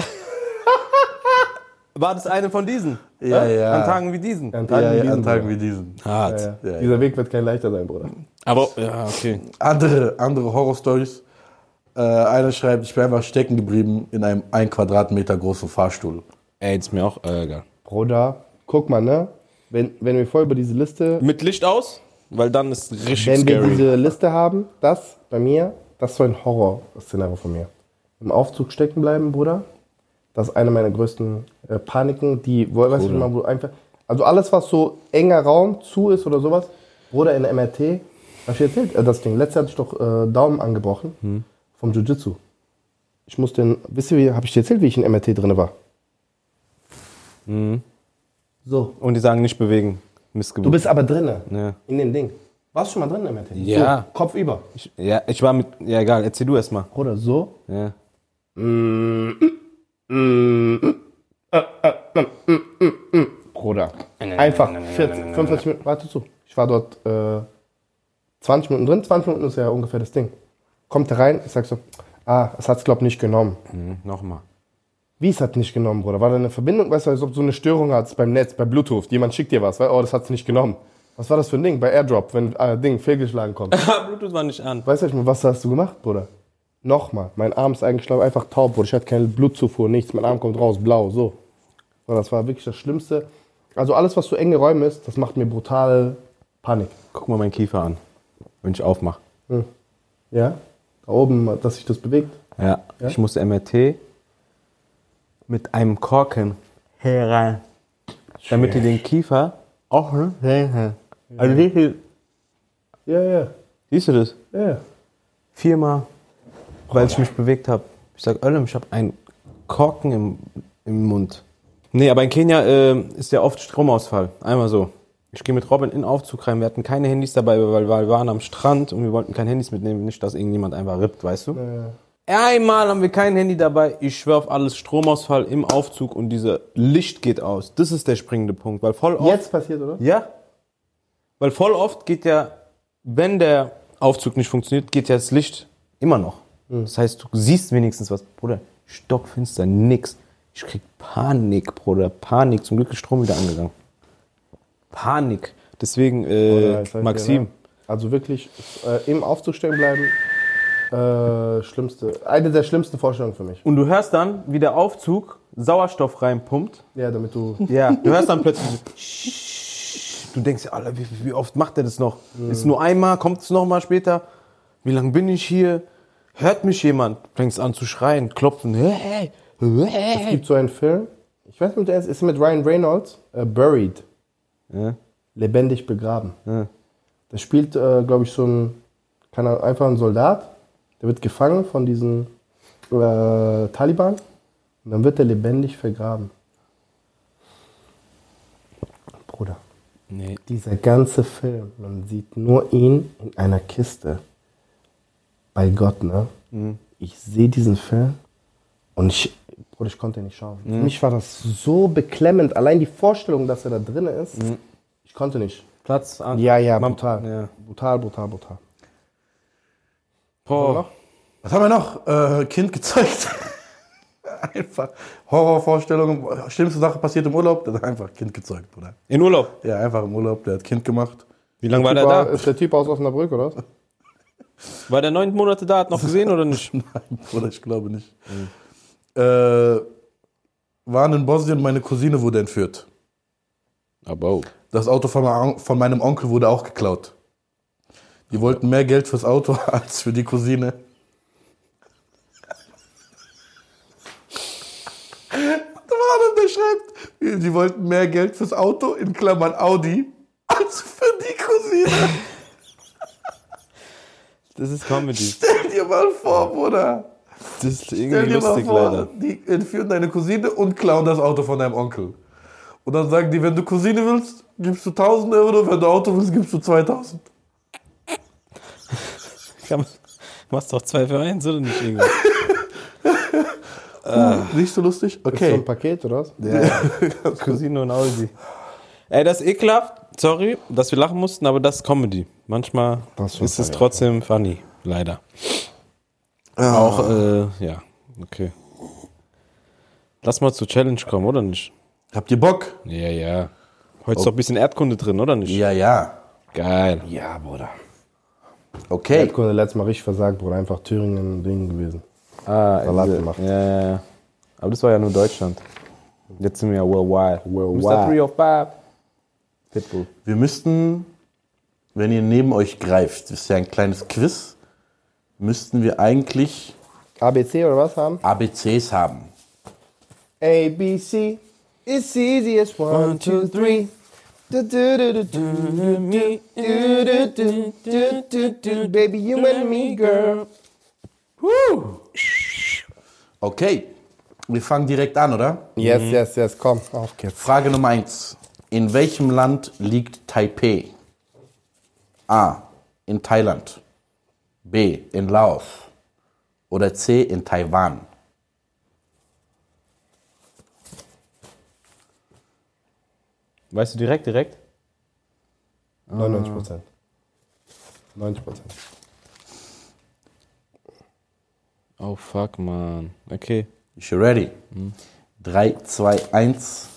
War das eine von diesen? Ja, ja. An Tagen wie diesen. An Tagen Ja, wie ja, an diesen, Tagen Bruder. wie diesen. Hart. Ja, Ja, ja. Dieser Weg wird kein leichter sein, Bruder. Aber, ja, okay. Andere, andere Horror-Stories. Äh, einer schreibt, ich bin einfach stecken geblieben in einem ein Quadratmeter großen Fahrstuhl. Ey, ist mir auch äh, egal. Bruder, guck mal, ne? Wenn, wenn wir voll über diese Liste, Mit Licht aus? Weil dann ist richtig wenn wir scary. diese Liste haben, das bei mir, das ist so ein Horrorszenario von mir. Im Aufzug stecken bleiben, Bruder. Das ist eine meiner größten äh, Paniken, die, wo, weißt du, wenn man wo einfach, also alles, was so enger Raum zu ist oder sowas, Bruder in der MRT, hab ich erzählt, äh, das Ding, letztes Jahr hatte ich doch äh, Daumen angebrochen vom Jiu-Jitsu. Ich musste, in- wisst ihr, wie, hab ich dir erzählt, wie ich in MRT drin war? So, Und die sagen, nicht bewegen. Du Missgeburt. bist aber drinne. ne? Ja. In dem Ding. Warst du schon mal drin, MRT? Ja. So, Kopf über. Ich, ja, ich war mit. Ja, egal, erzähl du erst mal. Oder so. Ja. Mm, mm. Bruder. Einfach 40, 45 Minuten. Warte zu. Ich war dort äh, 20 Minuten drin. 20 Minuten ist ja ungefähr das Ding. Kommt rein, ich sag so, ah, es hat's glaub nicht genommen. Nochmal. Wie, es hat nicht genommen, Bruder? War da eine Verbindung? Weißt du, als ob du so eine Störung hattest beim Netz, bei Bluetooth. Jemand schickt dir was, weil, oh, das hat's nicht genommen. Was war das für ein Ding? Bei Airdrop, wenn äh, Ding fehlgeschlagen kommt. Bluetooth war nicht an. Weißt du, Schmo, was hast du gemacht, Bruder? Nochmal, mein Arm ist eingeschlagen, einfach taub, Bruder. Ich hatte keine Blutzufuhr, nichts. Mein Arm kommt raus, blau, so. Und das war wirklich das Schlimmste. Also alles, was so enge Räume ist, das macht mir brutal Panik. Guck mal meinen Kiefer an, wenn ich aufmache. Ja? Da oben, dass sich das bewegt. Ja. Ich musste MRT mit einem Korken herein. Damit die den Kiefer auch ne? Also wie viel. Ja, ja, Siehst du das? ja. Viermal, weil ich mich bewegt habe. Ich sag, Öllem, ich habe einen Korken im, im Mund. Nee, aber in Kenia äh, ist ja oft Stromausfall. Einmal so. Ich gehe mit Robin in den Aufzug rein. Wir hatten keine Handys dabei, weil wir waren am Strand und wir wollten kein Handys mitnehmen. Nicht, dass irgendjemand einfach rippt, weißt du? Einmal haben wir kein Handy dabei. Ich schwör auf alles. Stromausfall im Aufzug und dieser Licht geht aus. Das ist der springende Punkt. Weil voll oft. Jetzt passiert, oder? Ja. Weil voll oft geht ja, wenn der Aufzug nicht funktioniert, geht ja das Licht immer noch. Das heißt, du siehst wenigstens was. Bruder, stockfinster, nix. Ich krieg Panik, Bruder. Panik. Zum Glück ist Strom wieder angegangen. Panik. Deswegen, äh, Ja, ich sag dir, Maxim. ne? Also wirklich äh, im Aufzug stehen bleiben. Äh, schlimmste, eine der schlimmsten Vorstellungen für mich. Und du hörst dann, wie der Aufzug Sauerstoff reinpumpt. Ja, damit du. Ja, du hörst dann plötzlich. so, Du denkst, Alter, wie, wie oft macht er das noch? Ist nur einmal, kommt es nochmal später? Wie lange bin ich hier? Hört mich jemand? Du fängst an zu schreien, klopfen. Hey, Es hey. gibt so einen Film, ich weiß nicht, ob der ist, ist mit Ryan Reynolds, äh, Buried. Ja. Lebendig begraben. Das spielt, äh, glaube ich, so ein, keine Ahnung, einfach ein Soldat. Der wird gefangen von diesen äh, Taliban. Und dann wird er lebendig vergraben. Bruder, Nee. dieser ganze Film, man sieht nur ihn in einer Kiste. Bei Gott, ne? Mhm. Ich sehe diesen Film und ich, Bruder, ich konnte nicht schauen. Für mich war das so beklemmend. Allein die Vorstellung, dass er da drin ist, ich konnte nicht. Platz an. Ja, ja, Man- brutal. Ja. Brutal, brutal, brutal. Boah. Was haben wir noch? Äh, kind gezeigt. einfach Horrorvorstellungen. Schlimmste Sache passiert im Urlaub. Der hat einfach Kind gezeugt, Bruder. In Urlaub. Ja, einfach im Urlaub. Der hat Kind gemacht. Wie lange war der War, da? ist der Typ aus Osnabrück, oder? was? War der neun Monate da? Hat noch gesehen oder nicht? Nein, Bruder, ich glaube nicht. Mhm. Äh, waren in Bosnien, meine Cousine wurde entführt. Aber. oh. Das Auto von, meinem On- von meinem Onkel wurde auch geklaut. Die wollten mehr Geld fürs Auto als für die Cousine. Was war das, der schreibt? Die wollten mehr Geld fürs Auto, in Klammern Audi, als für die Cousine. Das ist Comedy. Stell dir mal vor, Bruder. Das ist Stell irgendwie dir mal lustig, vor, leider. die entführen deine Cousine und klauen das Auto von deinem Onkel. Und dann sagen die, wenn du Cousine willst, gibst du 1000 Euro, wenn du Auto willst, gibst du 2000. Kann man- Machst doch zwei für eins, oder nicht? Irgendwas? Nicht so lustig? So Okay. ein Paket, oder? was? Cousine und Audi. Ey, das ist ekelhaft. Sorry, dass wir lachen mussten, aber das ist Comedy. Manchmal Das ist schon ist es funny. trotzdem funny, leider. Auch, äh, ja, okay. Lass mal zur Challenge kommen, oder nicht? Habt ihr Bock? Ja, ja. Heute ist doch ein bisschen Erdkunde drin, oder nicht? Ja, ja. Geil. Ja, Bruder. Okay. Erdkunde letztes Mal richtig versagt, Bruder. Einfach Thüringen-Ding gewesen. Ah, Salat diese- gemacht. Ja, ja, ja. Aber das war ja nur Deutschland. Jetzt sind wir ja worldwide. Worldwide. Mr. Three of Five. Pitbull. Wir müssten, wenn ihr neben euch greift, das ist ja ein kleines Quiz, müssten wir eigentlich ABC oder was haben? ABCs haben. A, B, C. It's easy as one, two, three. Du, du, du, du, du, du, du, du, du, du, du, du. Baby, you and me, girl. Okay. Wir fangen direkt an, oder? Yes, yes, yes. Komm, auf geht's. Frage Nummer 1. In welchem Land liegt Taipei? A. In Thailand. B. In Laos. Oder C. In Taiwan. Weißt du direkt, direkt? 99 Prozent. 90 Prozent. Oh, fuck, man. Okay. Is you ready? 3, 2, 1.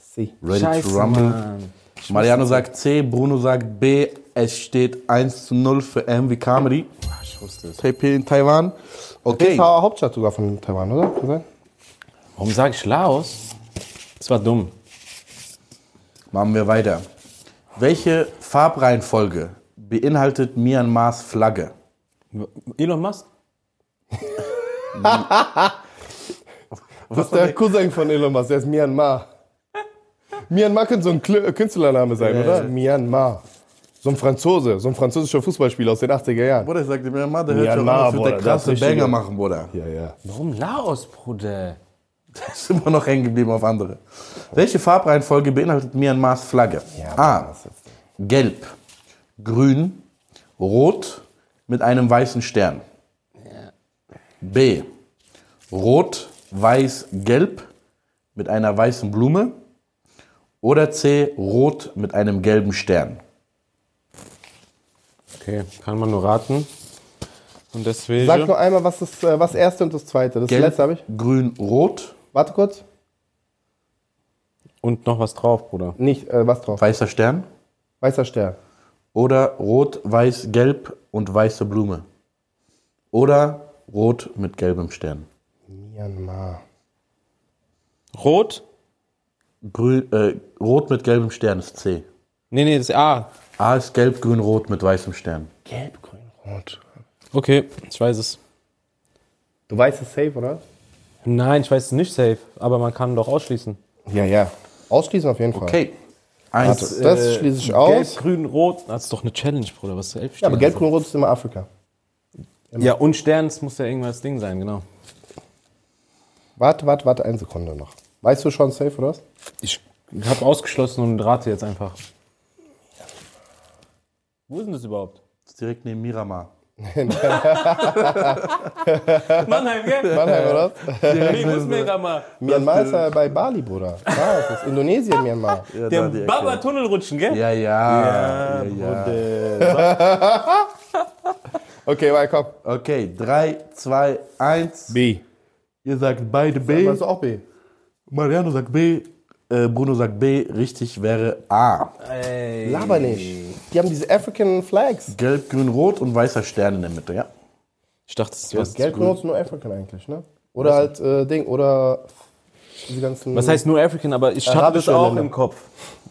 C. Ready to rumble. Mann. Mariano sagt C, Bruno sagt B. Es steht 1 zu 0 für MV Comedy. Ah, Ich wusste es. Taipei in Taiwan. Okay. Das war Hauptstadt sogar von Taiwan, oder? Kann sein? Warum sage ich Laos? Das war dumm. Machen wir weiter. Welche Farbreihenfolge beinhaltet Myanmars Flagge? Elon Musk? Das ist der Cousin von Elon Musk, der ist Myanmar. Myanmar könnte so ein Kl- Künstlername sein, oder? Myanmar. So ein Franzose, so ein französischer Fußballspieler aus den 80er Jahren. Bruder, ich sag dir, Myanmar, der Myanmar, hört schon auf, wird Bruder, der das krasse richtige- Banger machen, Bruder. Ja, ja. Warum Laos, Bruder? Der ist immer noch hängen geblieben auf andere. Welche Farbreihenfolge beinhaltet Myanmars Flagge? A. Gelb, Grün, Rot mit einem weißen Stern. B. Rot, Weiß, Gelb mit einer weißen Blume. Oder C. Rot mit einem gelben Stern. Okay, kann man nur raten. Und deswegen. Sag nur einmal, was das äh, was erste und das zweite. Das Gelb, letzte habe ich. Grün, Rot, Warte kurz. Und noch was drauf, Bruder. Nicht, äh, was drauf? weißer Stern. Weißer Stern. Oder Rot, Weiß, Gelb und weiße Blume. Oder Rot mit gelbem Stern. Myanmar. Rot? Grün, äh, Rot mit gelbem Stern ist C. Nee, nee, das ah, ist A. A ist gelb, grün, rot mit weißem Stern. Gelb, grün, rot. Okay, ich weiß es. Du weißt es safe, oder? Nein, ich weiß es nicht safe, aber man kann doch ausschließen. Ja, ja. Ausschließen auf jeden Fall. Okay. Eins, Also, das schließe ich aus. Äh, Gelb, grün, rot. Das ist doch eine Challenge, Bruder. Was ist elf ja, aber gelb, grün, rot ist immer Afrika. Ja, und Stern, das muss ja irgendwas Ding sein, genau. Warte, warte, warte, eine Sekunde noch. Weißt du schon safe, oder was? Ich habe ausgeschlossen und rate jetzt einfach. Wo ist denn das überhaupt? ist direkt neben Miramar. Mannheim, gell? Mannheim, oder was? Wo ist Megama? Äh, Myanmar ist ja bei Bali, Bruder. Ah, das ist Indonesien, Myanmar. Ja, da die Den Ecke. Baba-Tunnel rutschen, gell? Ja, ja. ja, ja. Okay, mal komm. Okay, 3, 2, 1. B. Ihr sagt beide B. Meinst du auch B? Mariano sagt B. Äh, Bruno sagt B. Richtig wäre A. Ey. Laber nicht. Die haben diese African Flags. Gelb, grün, rot und weißer Stern in der Mitte, ja. Ich dachte, das wäre Gelb, grün, rot ist nur African eigentlich, ne? Oder halt äh, Ding, oder diese ganzen... Was heißt nur African, aber ich hatte das Arabische auch Länder. im Kopf.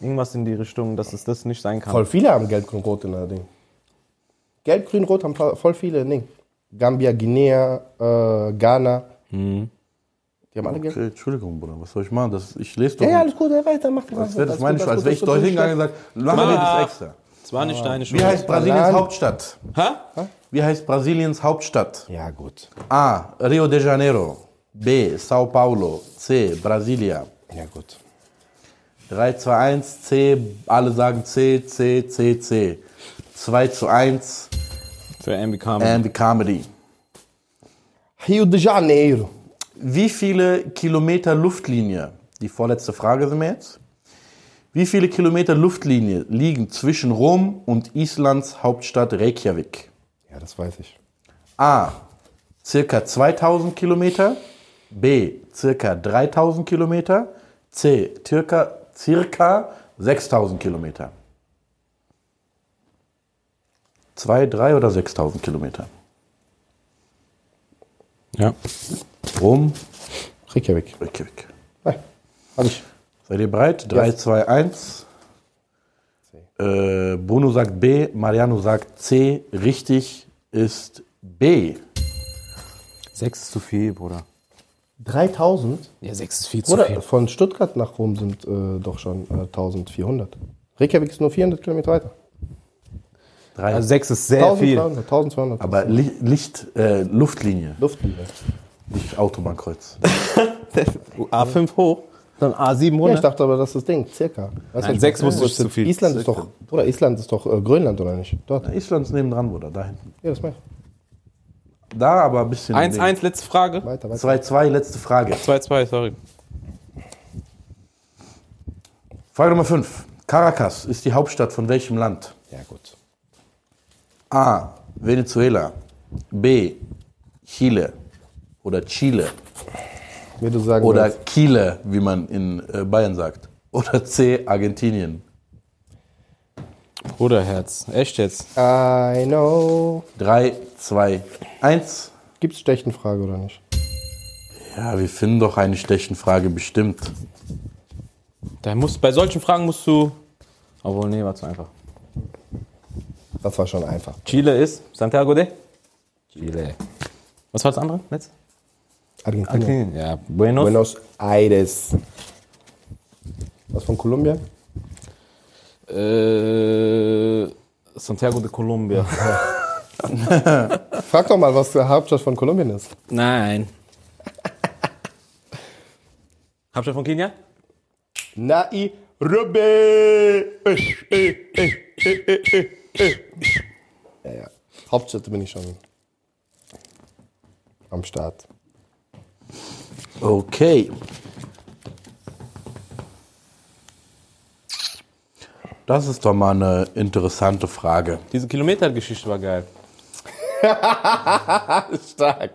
Irgendwas in die Richtung, dass es das nicht sein kann. Voll viele haben Gelb, Grün, Rot in der Ding. Gelb, Grün, Rot haben voll voll viele Ding. Gambia, Guinea, äh, Ghana. Mhm. Die haben alle Gelb. Okay, Entschuldigung, Bruder, was soll ich machen? Das, ich lese doch. Ja, ja, alles nicht. gut, ey, weiter, mach das wäre das meine Schuld. Als wäre ich dort hingegangen und gesagt, machen wir das extra. Das war nicht deine Schuld. Wie heißt Brasiliens Banan. Hauptstadt? Hä? Wie heißt Brasiliens Hauptstadt? Ja, gut. A. Rio de Janeiro. B. Sao Paulo. C. Brasilia. Ja, gut. 3, 2, 1, C. Alle sagen C, C, C, C. 2 zu 1, Für Ambi Carmen. and Comedy. Rio de Janeiro. Wie viele Kilometer Luftlinie, die vorletzte Frage sind wir jetzt, wie viele Kilometer Luftlinie liegen zwischen Rom und Islands Hauptstadt Reykjavik? Ja, das weiß ich. A. Circa 2000 Kilometer. B. Circa 3000 Kilometer. C. Circa, circa 6000 Kilometer. 2, 3 oder 6000 Kilometer. Ja. Rom, Reykjavik. Reykjavik. Nein, hab ich. Seid ihr bereit? 3, Yes. 2, 1. Äh, Bruno sagt B, Mariano sagt C. Richtig ist B. Sechs ist zu viel, Bruder. 3000? Ja, sechs ist viel zu Oder von Stuttgart nach Rom sind äh, doch schon äh, 1400. Reykjavik ist nur 400 Kilometer weiter. 3. Also sechs ist sehr viel. 1200, 1200. aber Li Licht, äh, Luftlinie, Luftlinie. nicht Autobahnkreuz. A5 hoch, dann A7 Ja, runter. ich dachte aber, das ist das Ding, circa. Weißt du, Nein, sechs wusste ich Island zu viel. Island ist doch, oder Island ist doch äh, Grönland, oder nicht? Dort. Island ist nebendran, Bruder, da hinten. Ja, das mach ich. Da aber ein bisschen. 1, 1, letzte Frage. Weiter, weiter. 2-2, letzte Frage. 2, 2, sorry. Frage Nummer 5. Caracas ist die Hauptstadt von welchem Land? Ja, gut. A. Venezuela. B. Chile. Oder Chile. Wie du sagen Oder willst. Chile, wie man in äh, Bayern sagt. Oder C. Argentinien. Bruderherz, echt jetzt. I know. 3, 2, 1. Gibt's Stechenfrage oder nicht? Ja, wir finden doch eine Stechenfrage bestimmt. Da musst, bei solchen Fragen musst du. Obwohl, nee, war zu einfach. Das war schon einfach. Chile ist Santiago de Chile. Was war das andere? Letzte? Argentinien. Ja, Buenos. Buenos Aires. Was von Kolumbien? Äh, Santiago de Colombia. Frag doch mal, was die Hauptstadt von Kolumbien ist. Nein. Hauptstadt von Kenia? Nairobi. Ich, ich, ich, ich, ich, ich, ich. Ja, ja. Hauptstadt bin ich schon am Start. Okay. Das ist doch mal eine interessante Frage. Diese Kilometergeschichte war geil. Stark.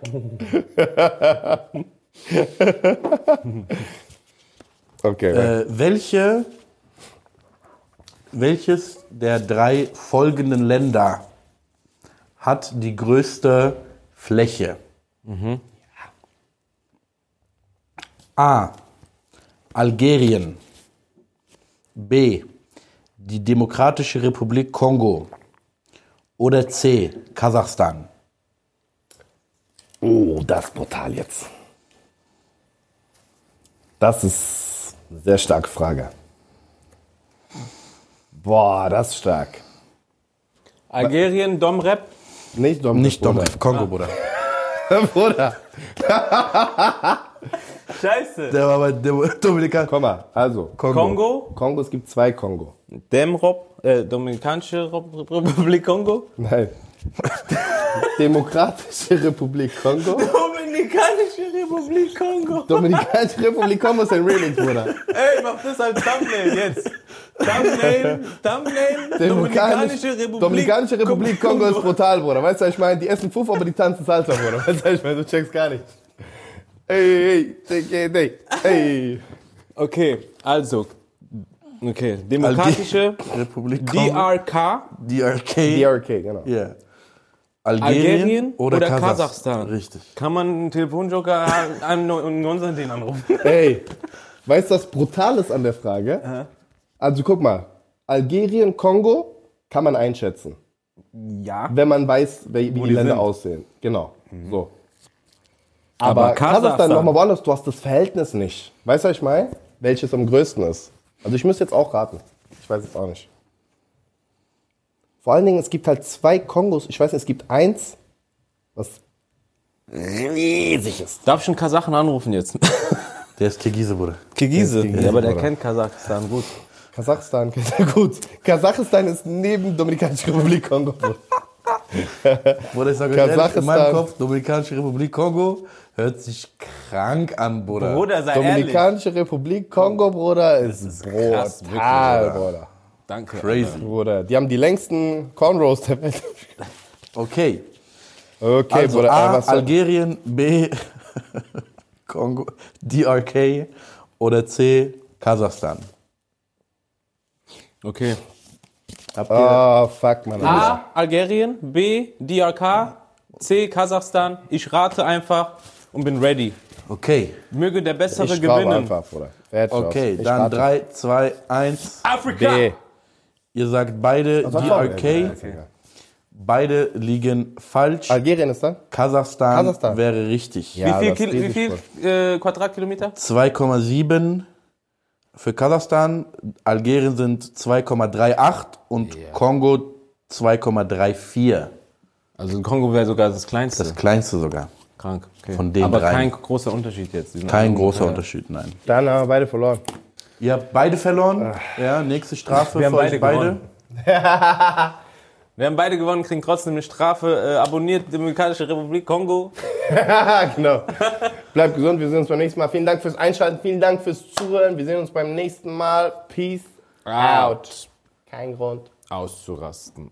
okay. Äh, welche, welches der drei folgenden Länder hat die größte Fläche? Mhm. A. Algerien. B. Die Demokratische Republik Kongo. Oder C. Kasachstan. Oh, das ist brutal jetzt. Das ist eine sehr starke Frage. Boah, das ist stark. Algerien, Domrep. Nicht Dom. Nicht Dongo, Kongo, Bruder. Bruder. Scheiße. Der war bei Demo Dominika. Komm mal, also. Kongo. Kongo, Kongo, es gibt zwei Kongo. Demrop, äh, Dominikanische Rob- Republik Kongo. Nein. Demokratische Republik Kongo. Dominikanische Republik Kongo. Dominikanische Republik Kongo ist ein Remix, Bruder. Ey, mach das als Thumbnail jetzt. Thumbnail, Thumbnail, Dominikanische Republik, Dominikanische Republik Kongo ist Kongo. brutal, Bruder. Weißt du, was ich meine, die essen Pfuff, aber die tanzen Salsa, Bruder. Weißt du, was ich meine, du checkst gar nicht. Ey, ey, ey, ey, ey, ey. Okay, also. Okay, Demokratische Republik Kongo. DRK, DRK. DRK, genau. Ja. Algerien, Algerien, oder, oder Kasachs- Kasachstan. Richtig. Kann man einen Telefonjoker an- an an unseren den anrufen? Ey, weißt du, was brutal ist an der Frage? Also guck mal, Algerien, Kongo kann man einschätzen, Ja. wenn man weiß, wer- wie die, die Länder sind. aussehen. Genau, so. Aber Aber Kasachstan Kasachstan. nochmal woanders, du hast das Verhältnis nicht. Weißt du, was ich meine? Welches am größten ist. Also ich müsste jetzt auch raten. Ich weiß jetzt auch nicht. Vor allen Dingen, es gibt halt zwei Kongos. Ich weiß nicht, es gibt eins, was riesig ist. Darf ich einen Kasachen anrufen jetzt? Der ist Kirgise, Bruder. Kirgise. Kirgise, Ja, aber der oder? kennt Kasachstan gut. Kasachstan, gut. Kasachstan ist neben Dominikanische Republik Kongo. Bruder, ich sag euch Kasachstan. ehrlich, in meinem Kopf, Dominikanische Republik Kongo, hört sich krank an, Bruder. Bruder, sei ehrlich. Dominikanische Republik Kongo, Bruder, ist, krass, brutal, wirklich, Bruder. Danke. Crazy. Bruder, die haben die längsten Cornrows der Welt. Okay. Okay, Also Bruder, A, ey, was soll- Algerien, B, Kongo, DRK oder C, Kasachstan. Okay. Habt ihr Ah, fuck, Mann. A. Algerien. B. DRK. C. Kasachstan. Ich rate einfach und bin ready. Okay, Möge der Bessere Ich schraube gewinnen. einfach, Bruder. Fertig aus. okay, Ich dann rate. 3, 2, 1. Afrika! B. Ihr sagt beide sag doch. DRK. Beide liegen falsch. Algerien ist da? Kasachstan, Kasachstan. wäre richtig. Ja, wie viel, das ist Kil wie viel äh, Quadratkilometer? 2,7 für Kasachstan, Algerien sind 2,38 und Kongo 2,34. Also in Kongo wäre sogar das kleinste. Das kleinste sogar. Krank. Okay. Von den Aber dreien. kein großer Unterschied jetzt. Die sind Kein alle- großer Ja. Unterschied, nein. Dann haben wir beide verloren. Ihr habt beide verloren. Ja, nächste Strafe Wir haben für beide, euch beide. gewonnen. Wir haben beide gewonnen, kriegen trotzdem eine Strafe. Äh, abonniert Demokratische Republik Kongo. Haha, genau. Bleibt gesund, wir sehen uns beim nächsten Mal. Vielen Dank fürs Einschalten, vielen Dank fürs Zuhören. Wir sehen uns beim nächsten Mal. Peace out. Kein Grund. Auszurasten.